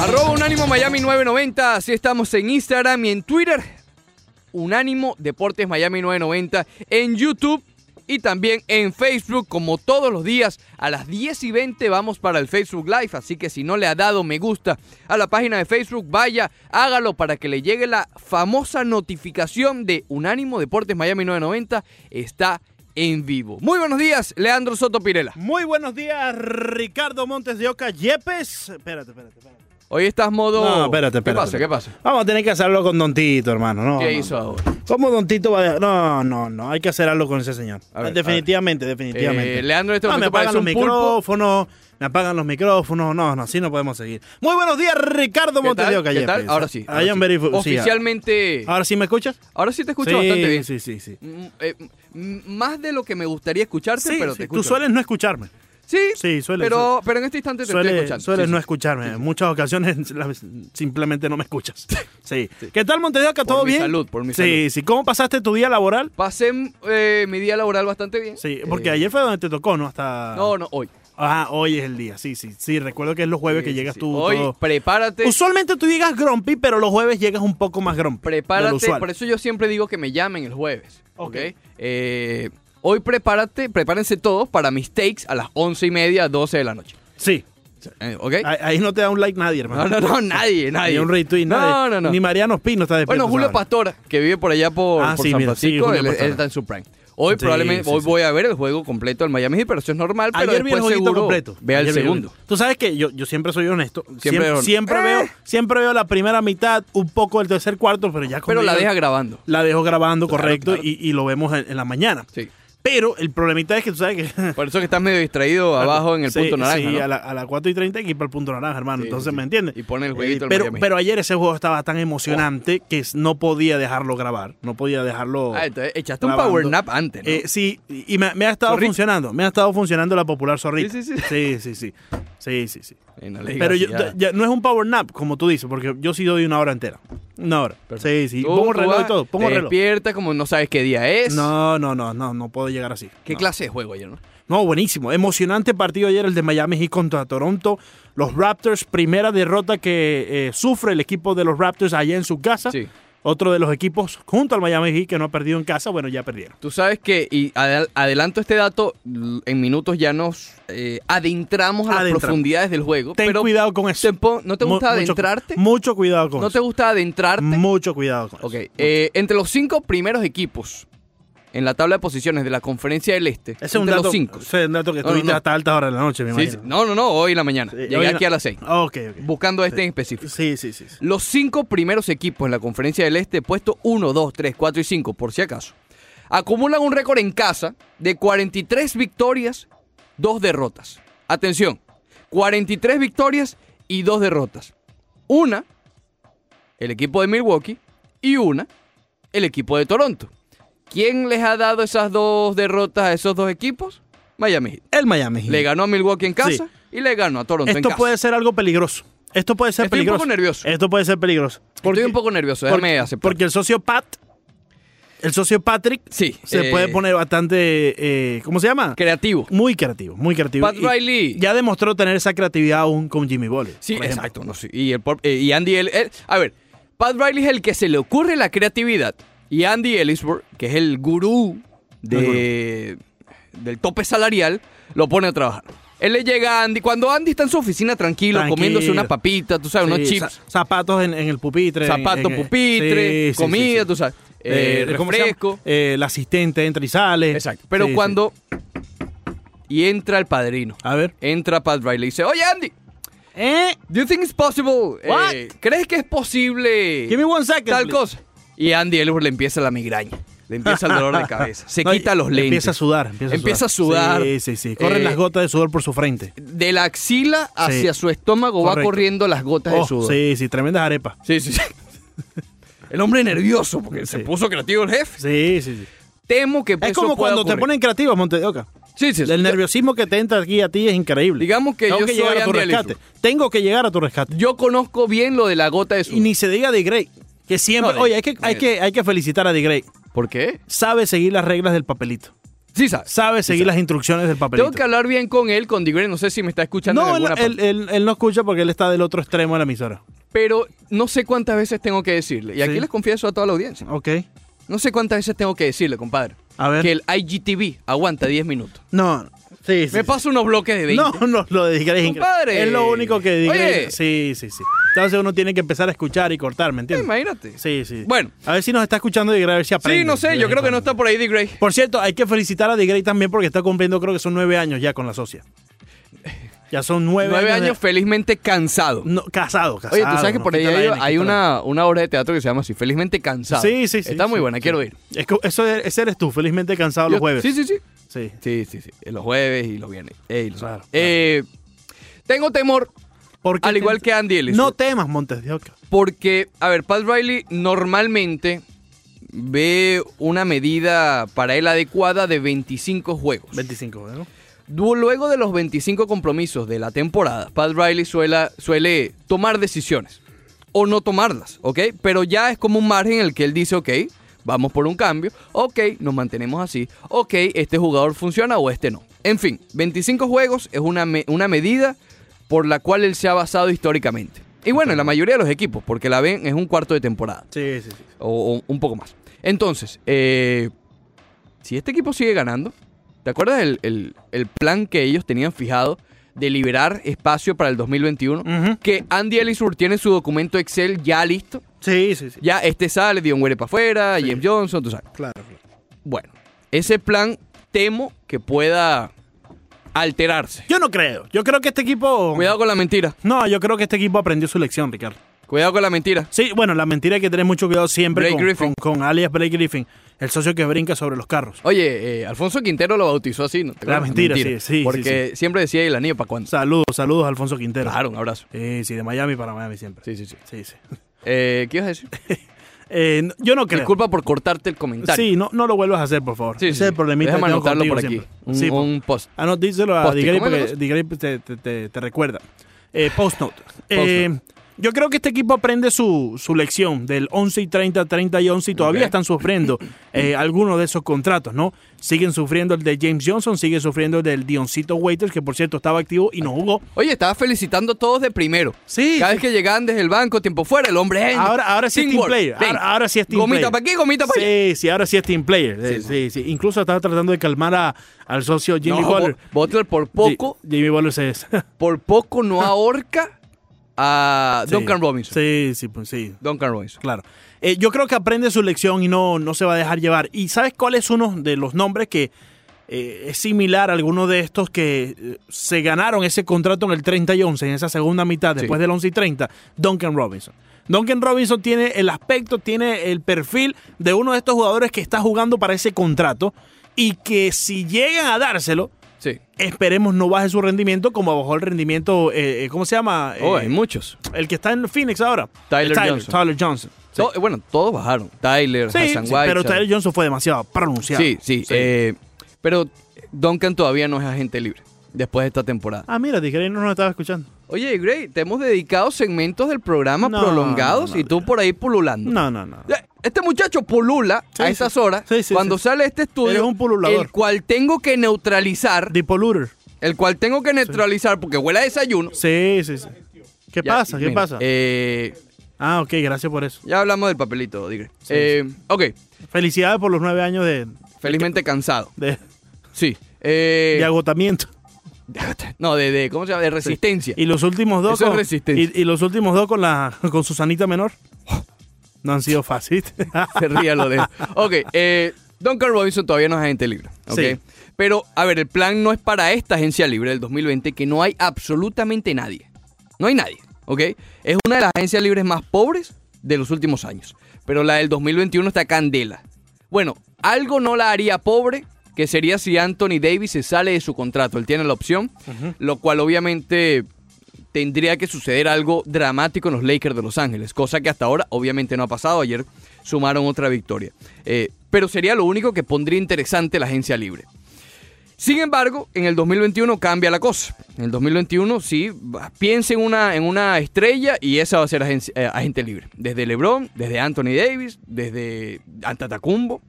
Arroba Unánimo Miami 990, así estamos en Instagram y en Twitter. Unánimo Deportes Miami 990 en YouTube y también en Facebook. Como todos los días, a las 10 y 20 vamos para el Facebook Live. Así que si no le ha dado me gusta a la página de Facebook, vaya, hágalo para que le llegue la famosa notificación de Unánimo Deportes Miami 990. Está en vivo. Muy buenos días, Leandro Soto Pirela. Muy buenos días, Ricardo Montes de Oca Yepes. Espérate, espérate, espérate. Hoy estás modo. No, espérate, ¿Qué espérate. pasa? ¿Qué pasa? Vamos a tener que hacerlo con Don Tito, hermano. No, ¿Qué no, hizo no. ahora? ¿Cómo Don Tito va a dejar? No, no, no. Hay que hacer algo con ese señor. A ver, definitivamente, definitivamente. Eh, Leandro, en este no, Ah, me momento apagan parece los un pulpo. micrófonos. Me apagan los micrófonos. No, no, así no podemos seguir. Muy buenos días, Ricardo ¿Qué Montes de tal? Oca ¿Qué Yepes. tal? Ahora sí. ahora I am sí. very fu- sí, Oficialmente. ¿Ahora sí me escuchas? Ahora sí te escucho Sí, bastante bien. Sí, sí, sí. Mm, eh, mm, más de lo que me gustaría escucharte, Sí, pero sí, te escucho. tú sueles no escucharme. Sí, Sí, suele- Pero, pero en este instante te estoy Suele- escuchando. Sueles Sí, no sí. escucharme. En muchas ocasiones la- simplemente no me escuchas. Sí. ¿Qué tal, Montedioca? Por ¿Todo mi bien? salud, por mi sí, salud. sí. ¿Cómo pasaste tu día laboral? Pasé eh, mi día laboral bastante bien. Sí, porque Eh, ayer fue donde te tocó, ¿no? Hasta. No, no, hoy. Ah, hoy es el día. Sí, sí. Sí, recuerdo que es los jueves Sí, que sí, llegas sí. tú. Hoy, todo- prepárate. Usualmente tú llegas grumpy, pero los jueves llegas un poco más grumpy. de lo Prepárate, usual. por eso yo siempre digo que me llamen el jueves. ¿Ok? Ok. Eh, hoy prepárate, prepárense todos para mis takes a las once y media, 12 de la noche. Sí. Eh, ¿Ok? Ahí, ahí no te da un like nadie, hermano. No, no, no, nadie, nadie. Ni un retweet, No, nadie. no, no. Ni Mariano Espino está despierto. Bueno, Julio ahora. Pastor, que vive por allá por, Ah, por sí, San mira, sí, Francisco, Julio él, Pastor. él está en su prime. Hoy Sí, probablemente, sí, hoy sí. voy a ver el juego completo del Miami Heat, pero eso es normal, pero Ayer vi el después jueguito seguro completo. ve el Ayer vi el segundo. jueguito. Tú sabes que yo, yo siempre soy honesto. Siem- Siempre Siempre, es honesto. Eh. veo, siempre veo la primera mitad, un poco el tercer cuarto, pero ya Pero cuando la llega- deja grabando. la dejo grabando, Claro, correcto, claro. Y, y lo vemos en, en la mañana. Sí. Pero el problemita es que tú sabes que... Por eso que estás medio distraído abajo en el Ah, Sí, punto naranja. Sí, ¿no? a, la- a las 4 y 30 hay que ir para el punto naranja, hermano. Sí, Entonces, sí, ¿me sí. entiendes? Eh, Y pone el jueguito del pero, Miami. pero ayer ese juego estaba tan emocionante que s- no podía dejarlo grabar. No podía dejarlo... Ah, entonces echaste un grabando. power nap antes, ¿no? Eh, sí, y y me, me ha estado Zorrita. funcionando. Me ha estado funcionando la popular zorrita. Sí, sí, sí. Sí, sí, sí. Sí, sí. En la liga, Pero yo- sí, ya. ya no es un power nap, como tú dices, porque yo sí doy una hora entera. Una hora. Sí, sí. Tú- Pongo tú reloj y vas, todo. Pongo te reloj. despiertas como no sabes qué día es. No, no, no, no, no puedo llegar así. ¿Qué no. clase de juego ayer, no? No, buenísimo. Emocionante partido ayer el de Miami Heat contra Toronto. Los Raptors, primera derrota que eh, sufre el equipo de los Raptors allá en su casa. Sí. Otro de los equipos junto al Miami Heat que no ha perdido en casa, bueno, ya perdieron. Tú sabes que, y adel- adelanto este dato, l- en minutos ya nos eh, adentramos a las Adentramos. pon- del juego. Ten pero cuidado con eso. te pon- ¿No te Mu- gusta mucho- adentrarte? Mucho cuidado con ¿No te eso. gusta adentrarte? Mucho cuidado con ok. eso. eh, entre los cinco primeros equipos en la tabla de posiciones de la Conferencia del Este, Ese es un entre dato, los cinco. ese es un dato que No, estuviste no, no. hasta altas horas de la noche, me Sí, imagino. sí, No, no, no, hoy en la mañana. Sí, hoy Llegué en aquí la- a las seis. Ok, ok. Buscando a este en específico. Sí, sí, sí. sí. Los cinco primeros equipos en la Conferencia del Este, puesto 1, 2, 3, 4 y 5, por si acaso, acumulan un récord en casa de 43 victorias, 2 derrotas. Atención, 43 victorias y 2 derrotas. Una, el equipo de Milwaukee, y una, el equipo de Toronto. ¿Quién les ha dado esas dos derrotas a esos dos equipos? Miami Heat. El Miami Heat. Le ganó a Milwaukee en casa y le ganó a Toronto en Esto casa. puede ser algo peligroso. Esto puede ser Estoy un peligroso. poco nervioso. Esto puede ser peligroso. Estoy un poco nervioso, déjame porque, aceptar. porque el socio Pat, el socio Patrick, Sí, se eh, puede poner bastante, eh, ¿cómo se llama? creativo. Muy creativo, muy creativo. Pat Y Riley. Ya demostró tener esa creatividad aún con Jimmy Butler. Sí, por ejemplo. exacto. no, sí. Y, el, por- eh, y Andy Ellis. a ver, Pat Riley es el que se le ocurre la creatividad. Y Andy Ellisburg, que es el gurú de, del tope salarial, lo pone a trabajar. Él le llega a Andy. Cuando Andy está en su oficina tranquilo, Tranquilo. comiéndose una papita, tú sabes, unos Sí, chips, za- zapatos en, en el pupitre. en- zapato en- pupitre, sí, sí, comida, sí, sí. tú sabes, eh, Eh, ¿cómo se llama? refresco. Eh, el asistente entra y sale. Exacto. Pero Sí, sí. cuando. Y entra el padrino. A ver. Entra Pat Riley y dice: Oye, Andy, Eh, ¿do you think it's possible? What? Eh, ¿Crees que es posible? give me one second. tal please. cosa. Y a Andy Elwood le empieza la migraña, le empieza el dolor de cabeza, se No, quita los lentes. Empieza a sudar. Empieza a Empieza sudar. a sudar. Sí, sí, sí. Corren Eh, las gotas de sudor por su frente. De la axila hacia Sí. su estómago va Correcto. corriendo las gotas de Oh, sudor. sí, sí, tremendas arepas. Sí, sí, sí. El hombre nervioso porque se Sí. puso creativo el jefe. Sí, sí, sí. Temo que Es eso como pueda cuando te ocurrir. ponen creativos, Montedioca. Sí, sí. sí. El nerviosismo que te entra aquí a ti es increíble. Digamos que Tengo yo que llegar soy a tu Andy rescate. Elwood. Tengo que llegar a tu rescate. Yo conozco bien lo de la gota de Y sudor. ni se diga de Grey. Que siempre. No, de- Oye, hay que, hay, de- que, hay que felicitar a de Grey. ¿Por qué? Sabe seguir las reglas del papelito. Sí, sabe. Sabe seguir las instrucciones del papelito. Tengo que hablar bien con él, con Digre. No sé si me está escuchando. en no, él, alguna él- parte. él- él no escucha porque él está del otro extremo de la emisora. Pero no sé cuántas veces tengo que decirle. Y aquí Sí. les confieso a toda la audiencia. Ok. No sé cuántas veces tengo que decirle, compadre. A ver. Que el IGTV aguanta 10 minutos. No. Sí, sí. Me sí. paso unos bloques de 20. No, no, lo de Digrey es increíble. Compadre. Es lo único que Digrey. Oye. Sí, sí, sí. Entonces uno tiene que empezar a escuchar y cortar, ¿me entiendes? Imagínate. Sí, sí. Bueno. A ver si nos está escuchando Digrey, a ver si aprende. Sí, no sé, de yo vez creo en que no cuando. está por ahí Dick Gray. Por cierto, hay que felicitar a Digrey también porque está cumpliendo, creo que son nueve años ya con la socia. Ya son nueve, Nueve años. de- años felizmente cansado. No, casado, casado. Oye, tú sabes que no, por ahí quítala hay, N, hay quítala N. una, una obra de teatro que se llama así, Felizmente Cansado. Sí, sí, sí. Está muy sí, buena, sí. quiero ir. Es que eso, ese eres tú, felizmente cansado los Yo- jueves. Sí, sí, sí. Sí. Sí, sí, sí. Los jueves y los viernes. Ey, los- Claro, claro. Eh, tengo temor, Porque al igual te- que Andy Ellis. pues. No temas, Montes de Oca. Porque, a ver, Pat Riley normalmente ve una medida para él adecuada de 25 juegos. 25, ¿no? Du- Luego de los 25 compromisos de la temporada, Pat Riley suela- suele tomar decisiones o no tomarlas, ¿ok? Pero ya es como un margen en el que él dice, ok, vamos por un cambio, ok, nos mantenemos así, ok, este jugador funciona o este no. En fin, 25 juegos es una, me- una medida por la cual él se ha basado históricamente. Y bueno, en la mayoría de los equipos, porque la ven es un cuarto de temporada Sí, sí, sí. o, o un poco más. Entonces, eh, si este equipo sigue ganando, ¿te acuerdas el, el- el plan que ellos tenían fijado de liberar espacio para el 2021? Ujú. Que Andy Ellisur tiene su documento Excel ya listo. Sí, sí, sí. Ya este sale, Dion Were para afuera, James Johnson, tú sabes. Claro, claro. Bueno, ese plan temo que pueda alterarse. Yo no creo. Yo creo que este equipo. Cuidado con la mentira. No, yo creo que este equipo aprendió su lección, Ricardo. Cuidado con la mentira. Sí, bueno, la mentira es que tenés mucho cuidado siempre Blake con, Griffin. con- con alias Blake Griffin, el socio que brinca sobre los carros. Oye, eh, Alfonso Quintero lo bautizó así, ¿no? ¿Te La acuerdas? mentira, sí, sí, sí, Porque siempre decía "¿Y el anillo para cuándo. Saludos, saludos, Alfonso Quintero. Claro, un abrazo. Sí, sí, de Miami para Miami siempre. Sí, sí, sí. Sí, sí. Eh, ¿Qué ibas a decir? Eh, no- yo no creo. Disculpa por cortarte el comentario. Sí, no, no lo vuelvas a hacer, por favor. Ese es el problemita Déjame que tengo anotarlo contigo por aquí. siempre. Un, Sí, por- un post. Ah, no, díselo a Post-it, Digrey ¿cómo es la porque cosa? Digrey te, te- te- te recuerda. Eh, Postnote. Eh, yo creo que este equipo aprende su, su lección del 11 y 30, 30 y 11 y todavía Ok. están sufriendo eh, algunos de esos contratos, ¿no? Siguen sufriendo el de James Johnson, sigue sufriendo el del Dioncito Waiters, que por cierto estaba activo y no jugó. Oye, estaba felicitando a todos de primero. Sí. Cada vez que llegaban desde el banco, tiempo fuera, el hombre genio. Ahora, ahora sí es team Teamwork. player. Ven. Ahora, ahora sí es team Gomita player. para aquí, gomita para allá. Sí, sí, ahora sí es team player. Eh, Sí, Sí, sí. Incluso estaba tratando de calmar a- al socio Jimmy No, Butler. Bo- Butler por poco, Sí, Jimmy Butler se es. por poco no ahorca a Duncan Robinson. Sí, sí, pues sí. Duncan Robinson. Claro. Eh, yo creo que aprende su lección y no, no se va a dejar llevar. ¿Y sabes cuál es uno de los nombres que eh, es similar a alguno de estos que eh, se ganaron ese contrato en el 30 y 11, en esa segunda mitad, después del 11 y 30? Duncan Robinson. Duncan Robinson tiene el aspecto, tiene el perfil de uno de estos jugadores que está jugando para ese contrato y que si llegan a dárselo, Sí. esperemos no baje su rendimiento como bajó el rendimiento, eh, eh, ¿cómo se llama? Oh, Eh, hay muchos. el que está en Phoenix ahora. Tyler Eh, Johnson. Tyler Johnson. Sí. To- bueno, todos bajaron. Tyler, Sí, Hassan sí, Whiteside. pero Tyler Johnson fue demasiado pronunciado. Sí, sí. eh, pero Duncan todavía no es agente libre después de esta temporada. ah, mira, Digrey no nos estaba escuchando. Oye, Gray, te hemos dedicado segmentos del programa No, prolongados no, no, y tú por ahí pululando. No, no, no. Eh, Este muchacho pulula Sí, a sí. esas horas Sí, sí, cuando sí. sale este estudio, Eres un pululador. el cual tengo que neutralizar, Dipoluter. el cual tengo que neutralizar porque huele a desayuno. Sí, sí, sí. ¿Qué Ya, pasa? ¿Qué mira, pasa? eh, ah, ok, gracias por eso. ya hablamos del papelito, Digre. Sí, Eh, Ok, Felicidades por los nueve años de, felizmente cansado. de, Sí. Eh, de agotamiento. no, de, de- ¿cómo se llama? De resistencia. Y los últimos dos Eso es con, resistencia. Y, y los últimos dos con la con Susanita Menor. No han sido fáciles. Se ría lo de. Ok, eh, Duncan Robinson todavía no es agente libre. ok. Sí. Pero, a ver, el plan no es para esta agencia libre del 2020, que no hay absolutamente nadie. No hay nadie, ¿ok? Es una de las agencias libres más pobres de los últimos años. Pero la del 2021 está candela. Bueno, algo no la haría pobre, que sería si Anthony Davis se sale de su contrato. Él tiene la opción, lo cual obviamente tendría que suceder algo dramático en los Lakers de Los Ángeles, cosa que hasta ahora obviamente no ha pasado. Ayer sumaron otra victoria. Eh, pero sería lo único que pondría interesante la agencia libre. Sin embargo, en el 2021 cambia la cosa. En el 2021 sí, va- piensa en una, en una estrella y esa va a ser agencia- eh, agente libre. Desde LeBron, desde Anthony Davis, desde Antetokounmpo,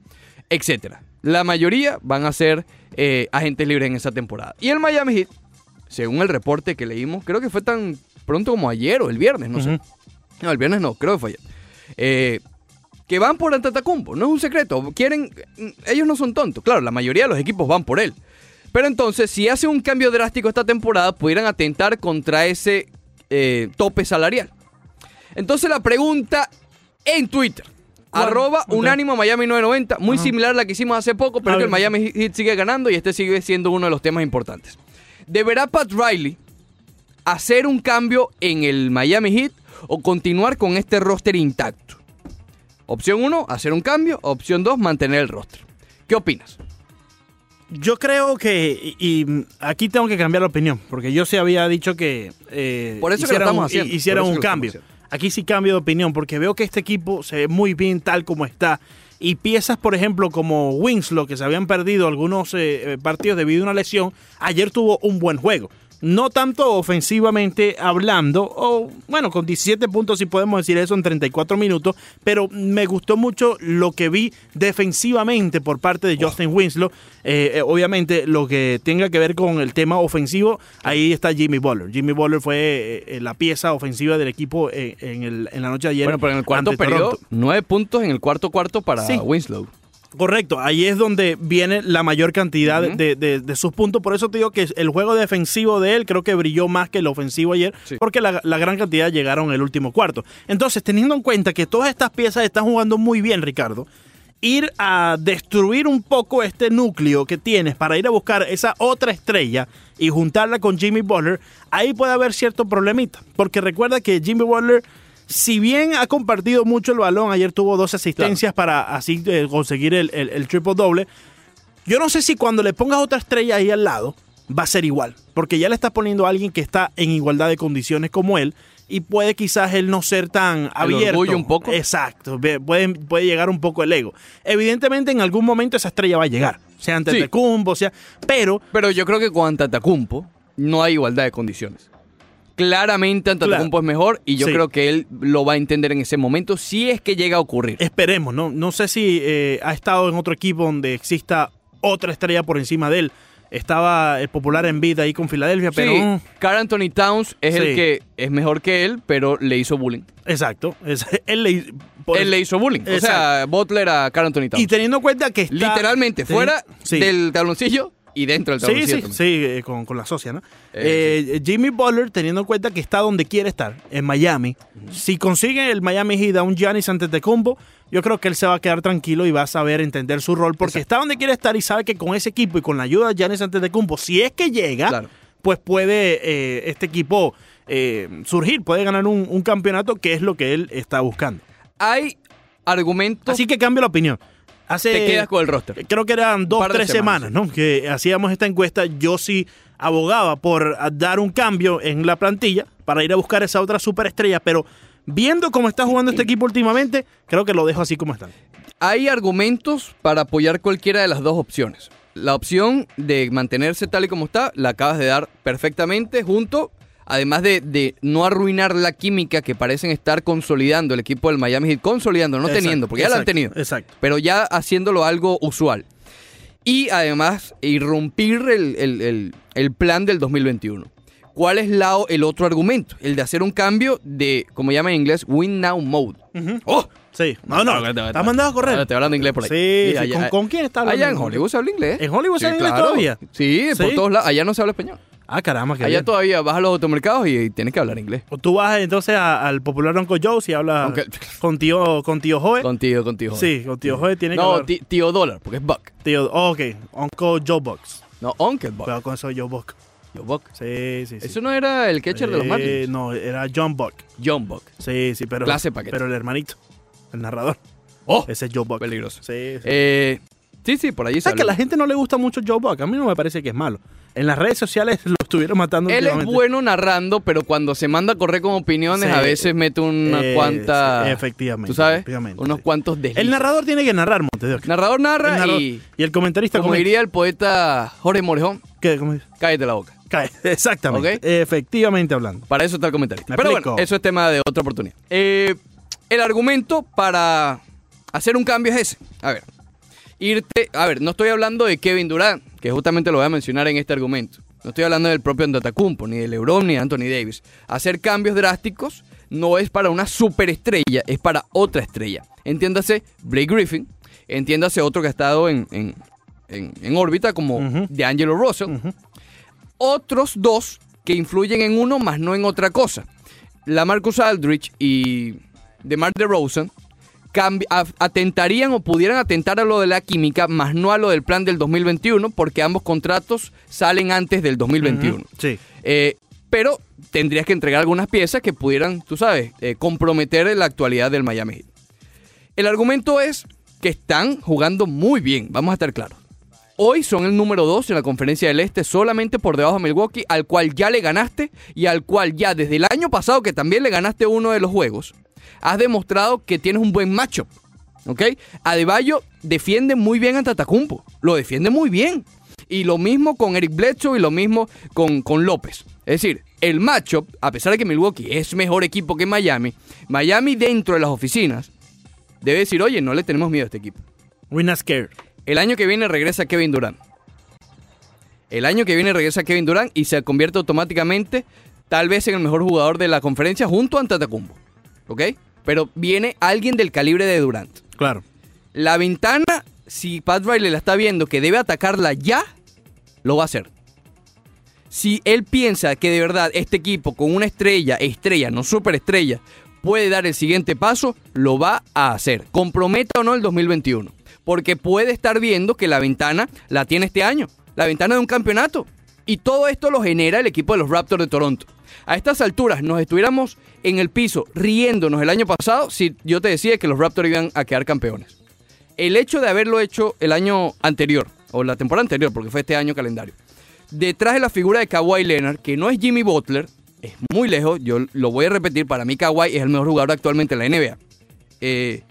etcétera. la mayoría van a ser eh, agentes libres en esa temporada. Y el Miami Heat, según el reporte que leímos, creo que fue tan pronto como ayer o el viernes, no sé. Ujú. No, el viernes no, creo que fue ayer. Eh, que van por Antetokounmpo, no es un secreto. Quieren, mm, ellos no son tontos. Claro, la mayoría de los equipos van por él. Pero entonces, si hace un cambio drástico esta temporada, pudieran atentar contra ese eh, tope salarial. Entonces la pregunta en Twitter. ¿Cuál? Arroba Ok. Unánimo Miami 990, muy Ajá. similar a la que hicimos hace poco, pero A que el ver. Miami Heat sigue ganando y este sigue siendo uno de los temas importantes. ¿Deberá Pat Riley hacer un cambio en el Miami Heat o continuar con este roster intacto? Opción 1, hacer un cambio. Opción 2, mantener el roster. ¿Qué opinas? Yo creo que, y, y aquí tengo que cambiar la opinión, porque yo sí había dicho que, eh, Por eso que lo hiciera, estamos un, haciendo, hi- hiciera por eso un que lo cambio. estamos Aquí sí cambio de opinión, porque veo que este equipo se ve muy bien tal como está. Y piezas, por ejemplo, como Winslow, que se habían perdido algunos eh, eh, partidos debido a una lesión, ayer tuvo un buen juego. No tanto ofensivamente hablando, o bueno, con 17 puntos si podemos decir eso en 34 minutos, pero me gustó mucho lo que vi defensivamente por parte Oh. de Justin Winslow. Eh, eh, obviamente lo que tenga que ver con el tema ofensivo, ahí está Jimmy Butler. Jimmy Butler fue eh, eh, la pieza ofensiva del equipo eh, en, el- en la noche de ayer. Bueno, pero en el cuarto ante periodo, Toronto. nueve puntos en el cuarto cuarto para Sí. Winslow. Correcto, ahí es donde viene la mayor cantidad de- de, de sus puntos. Por eso te digo que el juego defensivo de él creo que brilló más que el ofensivo ayer, Sí. porque la, la gran cantidad llegaron el último cuarto. Entonces, teniendo en cuenta que todas estas piezas están jugando muy bien, Ricardo, ir a destruir un poco este núcleo que tienes para ir a buscar esa otra estrella y juntarla con Jimmy Butler, ahí puede haber cierto problemita. Porque recuerda que Jimmy Butler, si bien ha compartido mucho el balón, ayer tuvo dos asistencias para así eh, conseguir el, el- el triple doble, yo no sé si cuando le pongas otra estrella ahí al lado va a ser igual, porque ya le estás poniendo a alguien que está en igualdad de condiciones como él y puede quizás él no ser tan abierto. orgullo un poco. Exacto, ve- puede, puede llegar un poco el ego. Evidentemente en algún momento esa estrella va a llegar, sea ante Sí. Tecumbo, sea, pero Pero yo creo que con Antetokounmpo no hay igualdad de condiciones. Claramente Antetokounmpo es mejor y yo Sí. creo que él lo va a entender en ese momento si es que llega a ocurrir. Esperemos, ¿no? No sé si eh, ha estado en otro equipo donde exista otra estrella por encima de él. Estaba el popular en vida ahí con Filadelfia, pero... mm, sí, Carl Anthony Towns es el Sí. que es mejor que él, pero le hizo bullying. Exacto. es- él le, por- él le hizo bullying. O sea, Butler a Carl Anthony Towns. Y teniendo en cuenta que está... Literalmente, Sí, fuera sí. del tabloncillo y dentro del Sí, tabloncillo. sí, también. sí, eh, con, con la socia, ¿no? Eh, Eh, Jimmy Butler, teniendo en cuenta que está donde quiere estar, en Miami, si consigue el Miami Heat a un Giannis antes de combo, yo creo que él se va a quedar tranquilo y va a saber entender su rol, porque está donde quiere estar y sabe que con ese equipo y con la ayuda de Giannis antes de combo, si es que llega, Claro. pues puede eh, este equipo eh, surgir, puede ganar un, un campeonato, que es lo que él está buscando. Hay argumentos Así que cambio la opinión. Hace, te quedas con el roster. creo que eran dos, par de tres semanas, semanas, ¿no? Que hacíamos esta encuesta. Yo sí abogaba por dar un cambio en la plantilla para ir a buscar esa otra superestrella, pero viendo cómo está jugando este equipo últimamente, creo que lo dejo así como están. Hay argumentos para apoyar cualquiera de las dos opciones. La opción de mantenerse tal y como está, la acabas de dar perfectamente junto, además de, de no arruinar la química que parecen estar consolidando el equipo del Miami Heat, consolidando, no Exacto, teniendo, porque ya la han exacto, tenido, Exacto. pero ya haciéndolo algo usual. Y además, irrumpir el, el- el- el plan del 2021. ¿Cuál es la, o- el otro argumento? El de hacer un cambio de, como llama en inglés, win now mode. Ujú. ¡Oh! Sí. No, no, te has mandado a correr. Estoy hablando inglés por ahí. Sí, Mira, sí, allá- eh, ¿con- con quién está hablando? Allá en Hollywood se habla inglés. ¿En Hollywood se habla inglés todavía? Sí, por Sí. todos lados. Allá no se habla español. Ah, caramba, qué allá bien. todavía vas a los automercados y, y tienes que hablar inglés. O Tú vas entonces a- al popular Uncle Joe si hablas Uncle- con tío con tío Joe. Contigo, contigo. ¿Eh? sí, con tío Joe tiene que No, hablar. ti- tío dólar, porque es buck. Tío, oh, ok, Uncle Joe Box. No, Uncle Buck. Cuidado con eso Joe Buck. Tío Buck. Sí, sí, sí. Eso no era el catcher de los Eh, Marlins. No, era John Buck. John Buck. Sí, sí, pero. Clase paquete. Pero el hermanito, el narrador. Oh, Ese es Joe Buck. peligroso. Sí, sí. Eh, sí, sí, por allí se ¿Sabes que a habla. la gente no le gusta mucho Joe Buck? A mí no me parece que es malo. En las redes sociales lo estuvieron matando. Él es últimamente. bueno narrando, pero cuando se manda a correr con opiniones, Sí. a veces mete una Eh, cuanta. sí, efectivamente, ¿Tú sabes? efectivamente, Unos sí. cuantos El deslices. narrador tiene que narrar, Montes de Oca. narrador El narra narrador- y, el comentarista como comenta. diría el poeta Jorge Morejón, ¿Qué? ¿Cómo dice? cállate la boca. Cae. Exactamente. Ok. Efectivamente hablando. Para eso está el comentarista. Me Pero explico. bueno, eso es tema de otra oportunidad. Eh, el argumento para hacer un cambio es ese. A ver, irte. A ver, no estoy hablando de Kevin Durant, que justamente lo voy a mencionar en este argumento. No estoy hablando del propio Antetokounmpo, ni de LeBron, ni de Anthony Davis. Hacer cambios drásticos no es para una superestrella, es para otra estrella. Entiéndase Blake Griffin, entiéndase otro que ha estado en, en, en- en órbita como Ujú. DeAngelo Russell. Otros dos que influyen en uno, más no en otra cosa. La Marcus Aldrich y DeMar DeRozan cambi- af- atentarían o pudieran atentar a lo de la química, más no a lo del plan del 2021, porque ambos contratos salen antes del 2021. Ujú, Sí. Eh, pero tendrías que entregar algunas piezas que pudieran, tú sabes, eh, comprometer la actualidad del Miami Heat. El argumento es que están jugando muy bien, vamos a estar claros. Hoy son el número 2 en la conferencia del Este, solamente por debajo de Milwaukee, al cual ya le ganaste y al cual ya desde el año pasado, que también le ganaste uno de los juegos, has demostrado que tienes un buen matchup. ¿Ok? Adebayo defiende muy bien a Tatacumpo. Lo defiende muy bien. Y lo mismo con Eric Bledsoe y lo mismo con, con López. Es decir, el matchup, a pesar de que Milwaukee es mejor equipo que Miami, Miami dentro de las oficinas debe decir, oye, no le tenemos miedo a este equipo. We're not scared. El año que viene regresa Kevin Durant. El año que viene regresa Kevin Durant y se convierte automáticamente tal vez en el mejor jugador de la conferencia junto a Antetokounmpo. ¿Ok? Pero viene alguien del calibre de Durant. Claro. La ventana, si Pat Riley la está viendo que debe atacarla ya, lo va a hacer. Si él piensa que de verdad este equipo con una estrella, estrella, no superestrella, puede dar el siguiente paso, lo va a hacer. Comprometa o no el 2021. Porque puede estar viendo que la ventana la tiene este año. La ventana de un campeonato. Y todo esto lo genera el equipo de los Raptors de Toronto. A estas alturas nos estuviéramos en el piso riéndonos el año pasado si yo te decía que los Raptors iban a quedar campeones el hecho de haberlo hecho el año anterior, o la temporada anterior, porque fue este año calendario, detrás de la figura de Kawhi Leonard, que no es Jimmy Butler, es muy lejos, yo lo voy a repetir, para mí Kawhi es el mejor jugador actualmente en la NBA. Eh,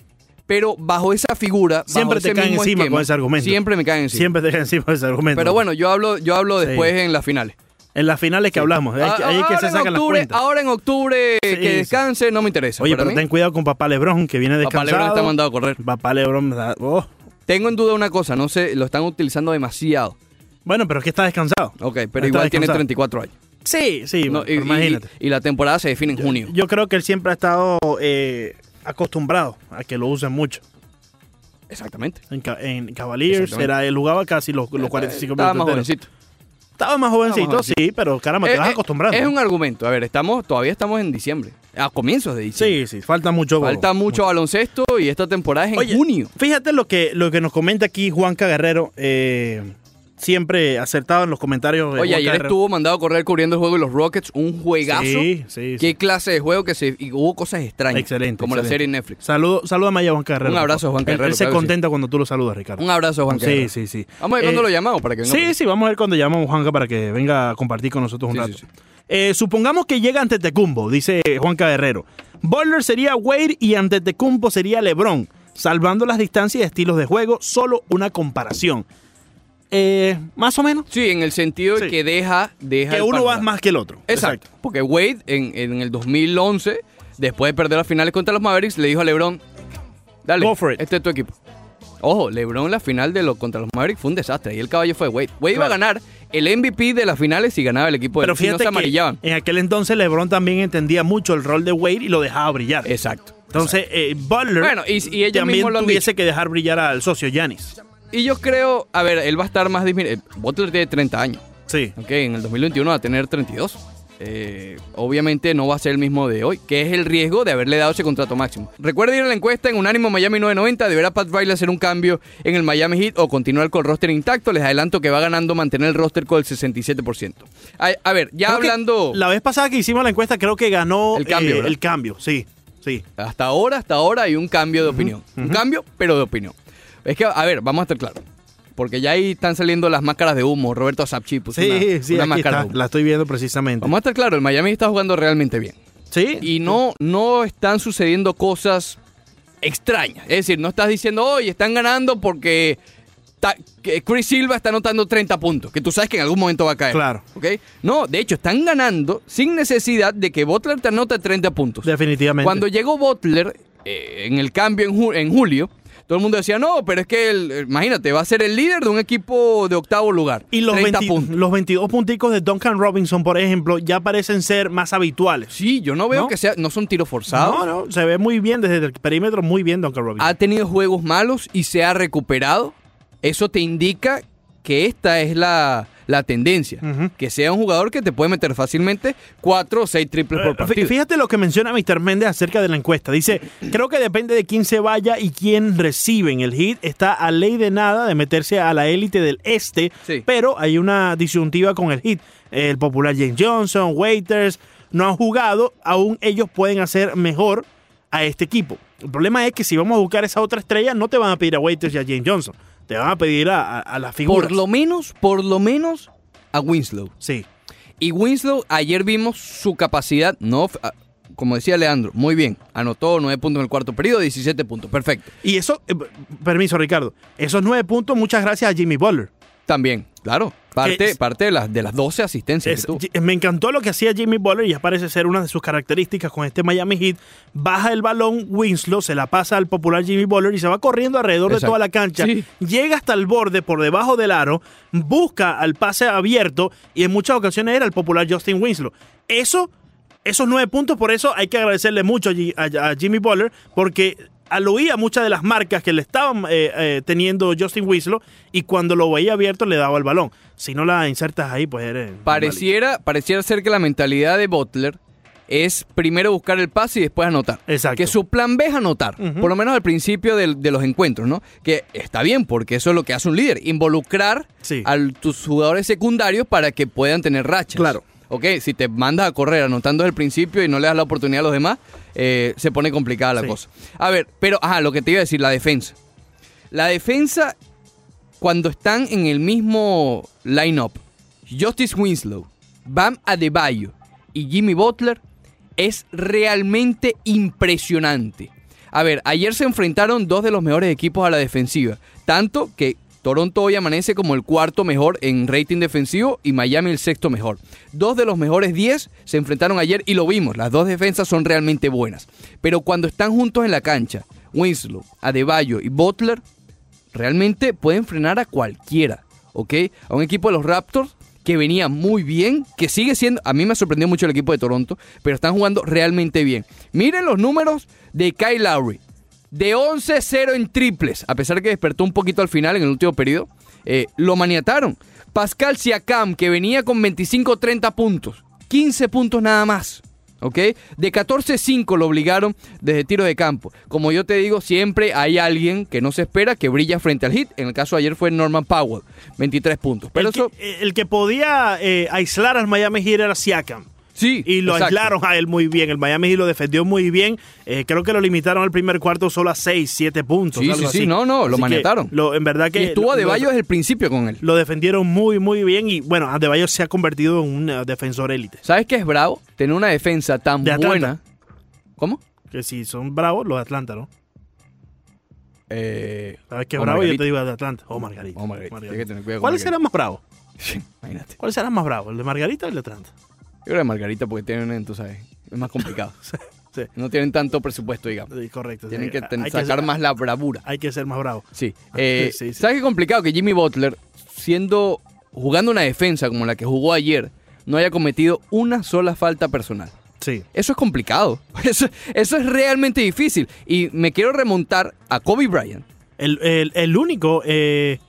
pero bajo esa figura... bajo Siempre te ese caen mismo encima esquema, con ese argumento. Siempre me caen encima. Siempre te dejan encima ese argumento. Pero bueno, yo hablo, yo hablo Sí. después en las finales. En las finales que hablamos. Ahí, ahí es Ah, Ahora que se en sacan las octubre- cuentas. Ahora en octubre, Sí, que sí. descanse, no me interesa. Oye, Para pero mí, ten cuidado con papá Lebron, que viene Papá descansado. Lebron está mandado a correr. Papá Lebron está- oh. Tengo en duda una cosa, no sé, lo están utilizando demasiado. Bueno, pero es que está descansado. Ok, pero Está igual tiene descansado. 34 años. Sí, sí, Oh. No, bueno, y, y- imagínate. y la temporada se define en junio. Yo creo que él siempre ha estado eh, acostumbrado a que lo usen mucho. Exactamente. En, Ca- en Cavaliers Exactamente. era, él jugaba casi los, los 45 Estaba más minutos. enteros. jovencito. Estaba más jovencito, Estaba más sí, pero caramba, te Eh, vas eh, acostumbrando. Es un argumento. A ver, estamos, todavía estamos en diciembre. A comienzos de diciembre. Sí, sí, falta mucho. Falta huevo. mucho baloncesto y esta temporada es en Oye, junio. Fíjate lo que, lo que nos comenta aquí Juanca Guerrero. eh, siempre acertado en los comentarios. de Oye, Juanca ayer Guerrero. estuvo mandado a correr cubriendo el juego de los Rockets, un juegazo. Sí, sí. Qué sí. clase de juego que se. y hubo cosas extrañas. Excelente. Como la excelente. serie en Netflix. Saludo, salúdame allá a Juan Guerrero. Un abrazo a Juan Él- Él, Guerrero, se claro que contenta cuando tú lo saludas, Ricardo. Un abrazo, Juan sí, Guerrero. sí, sí. Vamos a ver Eh, cuándo lo llamamos para que venga. Sí, sí, vamos a ver cuando llamamos a Juanca para que venga a compartir con nosotros un Sí, rato. sí, Eh, supongamos que llega ante Tecumbo, dice Juanca Guerrero. Butler sería Wade y ante Tecumbo sería LeBron, salvando las distancias y estilos de juego, solo una comparación. Eh, más o menos. Sí, en el sentido de Sí. que deja. deja Que el uno va panorama. más que el otro. Exacto. Porque Wade en, en el 2011, después de perder las finales contra los Mavericks, le dijo a LeBron, dale, Go for it. este es tu equipo. Ojo, LeBron la final de los contra los Mavericks fue un desastre y el caballo fue Wade. Wade iba a Claro. ganar el MVP de las finales si ganaba el equipo de Pero él, si no se fíjate que amarillaban. en aquel entonces LeBron también entendía mucho el rol de Wade y lo dejaba brillar. Exacto. Entonces, eh, Butler Bueno, y- y ellos también mismos lo han tuviese que dejar brillar al socio Giannis. Y yo creo, a ver, él va a estar más disminuido. Butler tiene 30 años, Sí. ¿ok? En el 2021 va a tener 32. Eh, obviamente no va a ser el mismo de hoy, que es el riesgo de haberle dado ese contrato máximo. Recuerda ir a la encuesta en Unánimo Miami 990. ¿Deberá Pat Riley hacer un cambio en el Miami Heat o continuar con el roster intacto? Les adelanto que va ganando mantener el roster con el 67%. A, a ver, ya Creo que hablando La vez pasada que hicimos la encuesta, creo que ganó El cambio, eh, ¿verdad? el cambio, sí. Sí. hasta ahora, hasta ahora hay un cambio de opinión. Un cambio, pero de opinión. Es que, a ver, vamos a estar claros. Porque ya ahí están saliendo las máscaras de humo. Roberto Sapchi puso Sí, una, sí, una aquí máscara está. de humo. La estoy viendo precisamente. Vamos a estar claros, el Miami está jugando realmente bien. Sí. y no, no están sucediendo cosas extrañas. Es decir, no estás diciendo, oye, están ganando porque ta- que Chris Silva está anotando 30 puntos, que tú sabes que en algún momento va a caer. Claro. ¿Ok? No, de hecho, están ganando sin necesidad de que Butler te anote 30 puntos. Definitivamente. Cuando llegó Butler eh, en el cambio en, ju- en julio, todo el mundo decía, no, pero es que, el- imagínate, va a ser el líder de un equipo de octavo lugar. Y los, 30 20 puntos. los 22 punticos de Duncan Robinson, por ejemplo, ya parecen ser más habituales. Sí, yo no veo ¿No? que sea, no son tiros forzados. No, no, se ve muy bien desde el perímetro, muy bien Duncan Robinson. ha tenido juegos malos y se ha recuperado, eso te indica que esta es la, la tendencia. Ujú. Que sea un jugador que te puede meter fácilmente cuatro o seis triples por Eh, Fí- partido. Fíjate lo que menciona Mr. Méndez acerca de la encuesta. Dice, creo que depende de quién se vaya y quién recibe. En el hit está a ley de nada de meterse a la élite del este, Sí. pero hay una disyuntiva con el hit. El popular James Johnson, Waiters, no han jugado, aún ellos pueden hacer mejor a este equipo. El problema es que si vamos a buscar esa otra estrella, no te van a pedir a Waiters y a James Johnson, te van a pedir a, a- a las figuras. Por lo menos, por lo menos a Winslow. Sí. Y Winslow, ayer vimos su capacidad, no, f- ah, como decía Leandro, muy bien. Anotó 9 puntos en el cuarto periodo, 17 puntos, perfecto. Y eso, eh, p- permiso Ricardo, esos nueve puntos, muchas gracias a Jimmy Butler. También, claro, parte, Es- parte de, las, de las 12 asistencias Es- que tuvo. Ji- me encantó lo que hacía Jimmy Butler y ya parece ser una de sus características con este Miami Heat. Baja el balón, Winslow se la pasa al popular Jimmy Butler y se va corriendo alrededor de Exacto. toda la cancha. Sí. Llega hasta el borde por debajo del aro, busca al pase abierto y en muchas ocasiones era el popular Justin Winslow. Eso, esos nueve puntos, por eso hay que agradecerle mucho a, Ji- a- a Jimmy Butler porque aluía muchas de las marcas que le estaban eh, eh, teniendo Justin Winslow y cuando lo veía abierto le daba el balón. Si no la insertas ahí, pues eres... malísimo. Pareciera, pareciera ser que la mentalidad de Butler es primero buscar el pase y después anotar. Exacto. Que su plan B es anotar, Ujú. por lo menos al principio del- de los encuentros, ¿no? Que está bien, porque eso es lo que hace un líder, involucrar Sí. a tus jugadores secundarios para que puedan tener rachas. Claro. Ok, si te mandas a correr anotando desde el principio y no le das la oportunidad a los demás, eh, se pone complicada la Sí. cosa. A ver, pero, ajá, lo que te iba a decir, la defensa. La defensa, cuando están en el mismo lineup, Justice Winslow, Bam Adebayo y Jimmy Butler, es realmente impresionante. A ver, ayer se enfrentaron dos de los mejores equipos a la defensiva, tanto que Toronto hoy amanece como el cuarto mejor en rating defensivo y Miami el sexto mejor. Dos de los mejores 10 se enfrentaron ayer y lo vimos, las dos defensas son realmente buenas. Pero cuando están juntos en la cancha, Winslow, Adebayo y Butler, realmente pueden frenar a cualquiera, ¿ok? A un equipo de los Raptors que venía muy bien, que sigue siendo, a mí me sorprendió mucho el equipo de Toronto, pero están jugando realmente bien. Miren los números de Kyle Lowry, de 11-0 en triples, a pesar que despertó un poquito al final en el último periodo, eh, lo maniataron. Pascal Siakam, que venía con 25-30 puntos, 15 puntos nada más. ¿Ok? De 14-5 lo obligaron desde tiro de campo. Como yo te digo, siempre hay alguien que no se espera que brilla frente al hit. En el caso de ayer fue Norman Powell, 23 puntos. Pero el, eso. que, el que podía eh, aislar al Miami Heat era Siakam. Sí. Y lo exacto. aislaron a él muy bien. El Miami Heat lo defendió muy bien. Eh, creo que lo limitaron al primer cuarto solo a 6, 7 puntos. Sí, sí, algo sí. así. No, no, lo que maniataron. lo- en verdad Y que. estuvo lo- de lo- desde el principio con él. Lo defendieron muy, muy bien. Y bueno, Adebayo se ha convertido en un eh, defensor élite. ¿Sabes qué es bravo? Tener una defensa tan De Atlanta. buena. ¿Cómo? Que si son bravos, los de Atlanta, ¿no? Eh, ¿Sabes qué o bravo? Yo Margarita. te digo de Atlanta. Oh, Margarita. O Margarita. Hay que tener cuidado con ¿Cuál será más bravo? Sí, imagínate. ¿Cuál será más bravo? ¿El de Margarita o el de Atlanta? Yo creo que Margarita, porque tienen, tú sabes, es más complicado. Sí, No tienen tanto presupuesto, digamos. sí, correcto. Tienen Sí, que ten- hay sacar ser- más la bravura. Hay que ser más bravo. Sí. Eh, Sí, sí. ¿Sabes qué complicado que Jimmy Butler, siendo jugando una defensa como la que jugó ayer, no haya cometido una sola falta personal? Sí. Eso es complicado. Eso, eso es realmente difícil. Y me quiero remontar a Kobe Bryant. El, el- el único eh,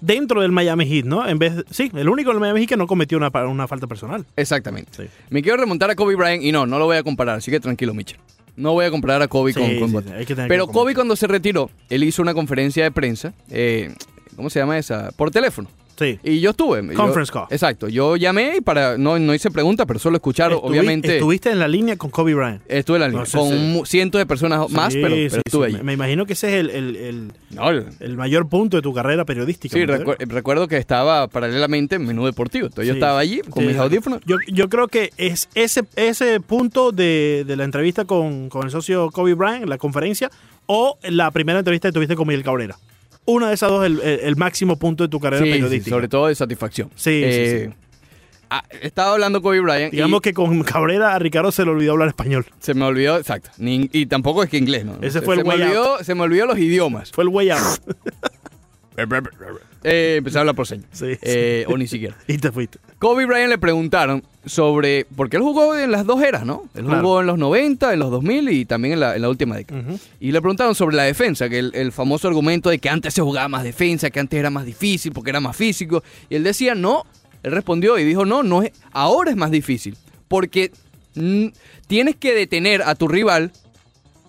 dentro del Miami Heat, ¿no? En vez sí, el único del Miami Heat que no cometió una, pa- una falta personal. Exactamente. Sí. Me quiero remontar a Kobe Bryant y no, no lo voy a comparar. Así que tranquilo, Mitchell. No voy a comparar a Kobe Sí, con, con sí, Butler. sí, hay que tener Pero cuidado con- Kobe cuando se retiró, él hizo una conferencia de prensa. eh, ¿Cómo se llama esa? Por teléfono. Sí. Y yo estuve. Yo- Conference call. Exacto. Yo llamé y para. No, no hice preguntas, pero solo escuchar, Estuvi- obviamente. Estuviste en la línea con Kobe Bryant. Estuve en la línea. No, sí, con sí. mu- cientos de personas más, Sí, pero, sí, pero sí. estuve Me, allí. me imagino que ese es el, el- el- No, el- el mayor punto de tu carrera periodística. sí, ¿no? recu- recuerdo que estaba paralelamente en menú deportivo. Entonces yo Sí. estaba allí con Sí, mis exacto. audífonos. Yo, yo creo que es ese, ese punto de, de la entrevista con, con el socio Kobe Bryant, la conferencia, o la primera entrevista que tuviste con Miguel Cabrera. Una de esas dos es el, el- el máximo punto de tu carrera Sí, sí, periodística. sobre todo de satisfacción. Sí, sí, Eh, ah, estaba hablando Kobe Bryant. Digamos y que con Cabrera a Ricardo se le olvidó hablar español. Se me olvidó, exacto. Ni- y tampoco es que inglés, ¿no? Ese Se- fue el se me way out. olvidó, Se me olvidó los idiomas. Fue el way out. Eh, empecé a hablar por señas. Sí, sí. Eh, O ni siquiera. y te fuiste. Kobe Bryant le preguntaron sobre. Porque él jugó en las dos eras, ¿no? Él Claro. jugó en los 90, en los 2000 y también en la, en la última década. Y le preguntaron sobre la defensa, que el, el famoso argumento de que antes se jugaba más defensa, que antes era más difícil porque era más físico. Y él decía, no. Él respondió y dijo, no, no es, ahora es más difícil. Porque mm, tienes que detener a tu rival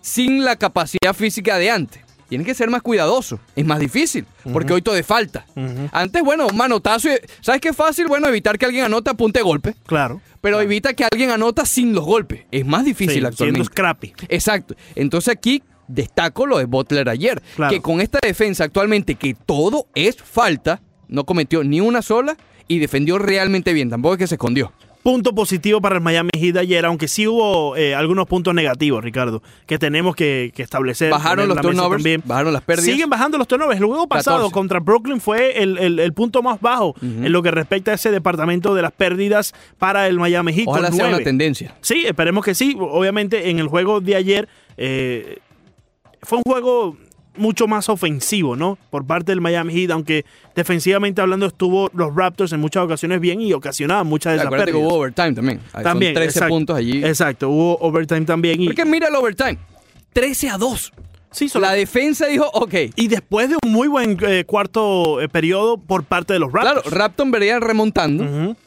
sin la capacidad física de antes. Tienes que ser más cuidadoso. Es más difícil, porque hoy todo es falta. Antes, bueno, un manotazo. y- ¿Sabes qué es fácil? Bueno, evitar que alguien anota a punta de golpe, Claro. pero evita que alguien anota sin los golpes. Es más Sí, difícil siendo actualmente. scrappy. Exacto. Entonces aquí destaco lo de Butler ayer, Claro. que con esta defensa actualmente, que todo es falta, no cometió ni una sola y defendió realmente bien. Tampoco es que se escondió. Punto positivo para el Miami Heat de ayer, aunque sí hubo eh, algunos puntos negativos, Ricardo, que tenemos que, que establecer. poner Bajaron en los la mesa turnovers, también. bajaron las pérdidas. Siguen bajando los turnovers. El juego pasado 14. contra Brooklyn fue el, el- el punto más bajo en lo que respecta a ese departamento de las pérdidas para el Miami Heat. Ojalá con sea una nueve. tendencia. Sí, esperemos que sí. Obviamente en el juego de ayer eh, fue un juego mucho más ofensivo, ¿no? Por parte del Miami Heat, aunque defensivamente hablando estuvo los Raptors en muchas ocasiones bien y ocasionaban muchas de esas Acuérdate que pérdidas. hubo overtime también. Ahí son 13 exacto, puntos allí. Exacto, hubo overtime también. Y, Porque mira el overtime. 13 a 2. sí, solo- La defensa dijo, ok. y después de un muy buen eh, cuarto eh, periodo por parte de los Claro, Raptors. Rapton vería remontando. Ujú,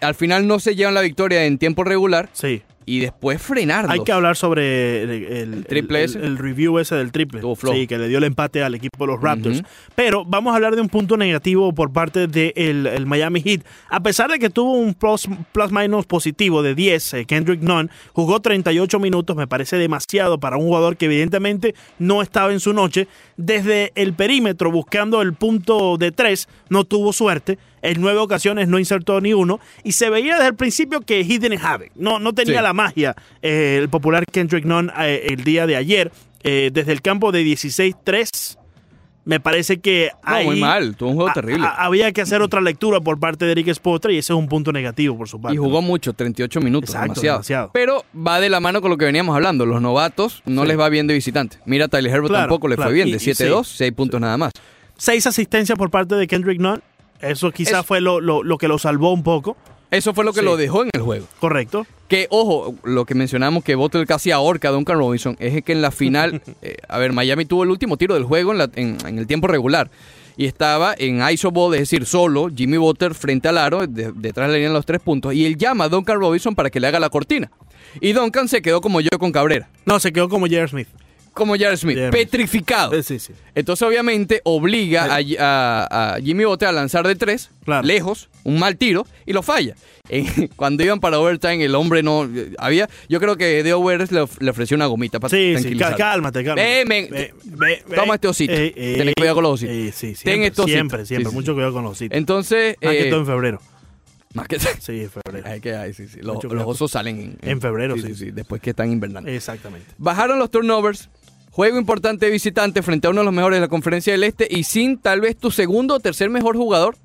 Al final no se llevan la victoria en tiempo regular. Sí. Y después frenarlo. Hay que hablar sobre el, el- triple el- ese? el review ese del triple. Tuvo flojo. Sí, que le dio el empate al equipo de los Raptors. Pero vamos a hablar de un punto negativo por parte del el Miami Heat. A pesar de que tuvo un plus, plus minus positivo de 10, eh, Kendrick Nunn jugó 38 minutos, me parece demasiado para un jugador que evidentemente no estaba en su noche. Desde el perímetro buscando el punto de 3, no tuvo suerte. En nueve ocasiones no insertó ni uno. Y se veía desde el principio que he didn't have it. No, no tenía Sí. la magia eh, el popular Kendrick Nunn eh, el día de ayer. eh, desde el campo de 16-3, me parece que No, ahí muy mal. Tuvo un juego a- terrible. a- había que hacer otra lectura por parte de Eric Spotra y ese es un punto negativo por su parte. y jugó mucho, 38 minutos, Exacto, demasiado. demasiado. Pero va de la mano con lo que veníamos hablando. Los novatos no les va bien de visitante. Mira, a Tyler Herbert Claro, tampoco le claro. fue bien. Y- De y sí. 7-2, 6 puntos nada más. Seis asistencias por parte de Kendrick Nunn. Eso quizás Eso. fue lo, lo- lo que lo salvó un poco, Eso fue lo que Sí. lo dejó en el juego. correcto. Que, ojo, lo que mencionamos que Butler casi ahorca a Duncan Robinson es que en la final, eh, a ver, Miami tuvo el último tiro del juego en, la- en- en el tiempo regular. Y estaba en ISO ball, es decir, solo Jimmy Butler frente al aro, de- detrás le la línea de los tres puntos. Y él llama a Duncan Robinson para que le haga la cortina. Y Duncan se quedó como yo con Cabrera, No, se quedó como Jared Smith. como Jared Smith, Jared. petrificado. Eh, sí, sí. Entonces, obviamente, obliga a, a- a Jimmy Butler a lanzar de tres, Claro. lejos, un mal tiro, y lo falla. Eh, cuando iban para overtime, el hombre no... eh, había Yo creo que Deo Weathers le, of- le ofreció una gomita para Sí, sí, cá- tranquilizarlo. cálmate, cálmate. Ve, men, Ve, ve, ve. toma este osito. Eh, eh, Ten cuidado con los ositos. eh, sí, Ten siempre, este osito. siempre, siempre. Sí, sí, Mucho sí. cuidado con los ositos. Entonces... Más Ah, que eh, todo en febrero. más que- Sí, en febrero. Ay, que- ay, sí, sí, Los, Mucho los fresco. osos salen en, En febrero, sí, Eh. sí. Después que están invernando. Exactamente. Bajaron los turnovers. Juego importante de visitante frente a uno de los mejores de la Conferencia del Este y sin tal vez tu segundo o tercer mejor jugador,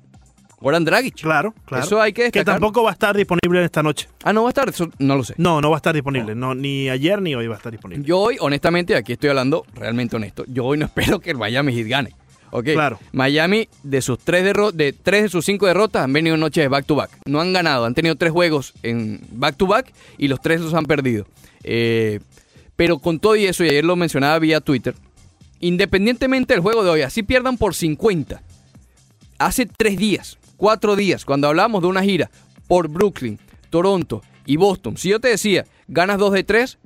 Goran Dragic. Claro, claro. Eso hay que Que destacar. tampoco va a estar disponible en esta noche. Ah, no va a estar, eso no lo sé. No, no va a estar Ah. disponible. No, ni ayer ni hoy va a estar disponible. Yo hoy, honestamente, aquí estoy hablando realmente honesto, yo hoy no espero que el Miami Heat gane. Ok. Claro. Miami, de sus tres derro- de tres de sus cinco derrotas, han venido noches de back to back. No han ganado, han tenido tres juegos en back to back y los tres los han perdido. Eh, pero con todo y eso, y ayer lo mencionaba vía Twitter, independientemente del juego de hoy, así pierdan por 50. hace tres días, cuatro días, cuando hablábamos de una gira por Brooklyn, Toronto y Boston, si yo te decía, ganas dos de tres,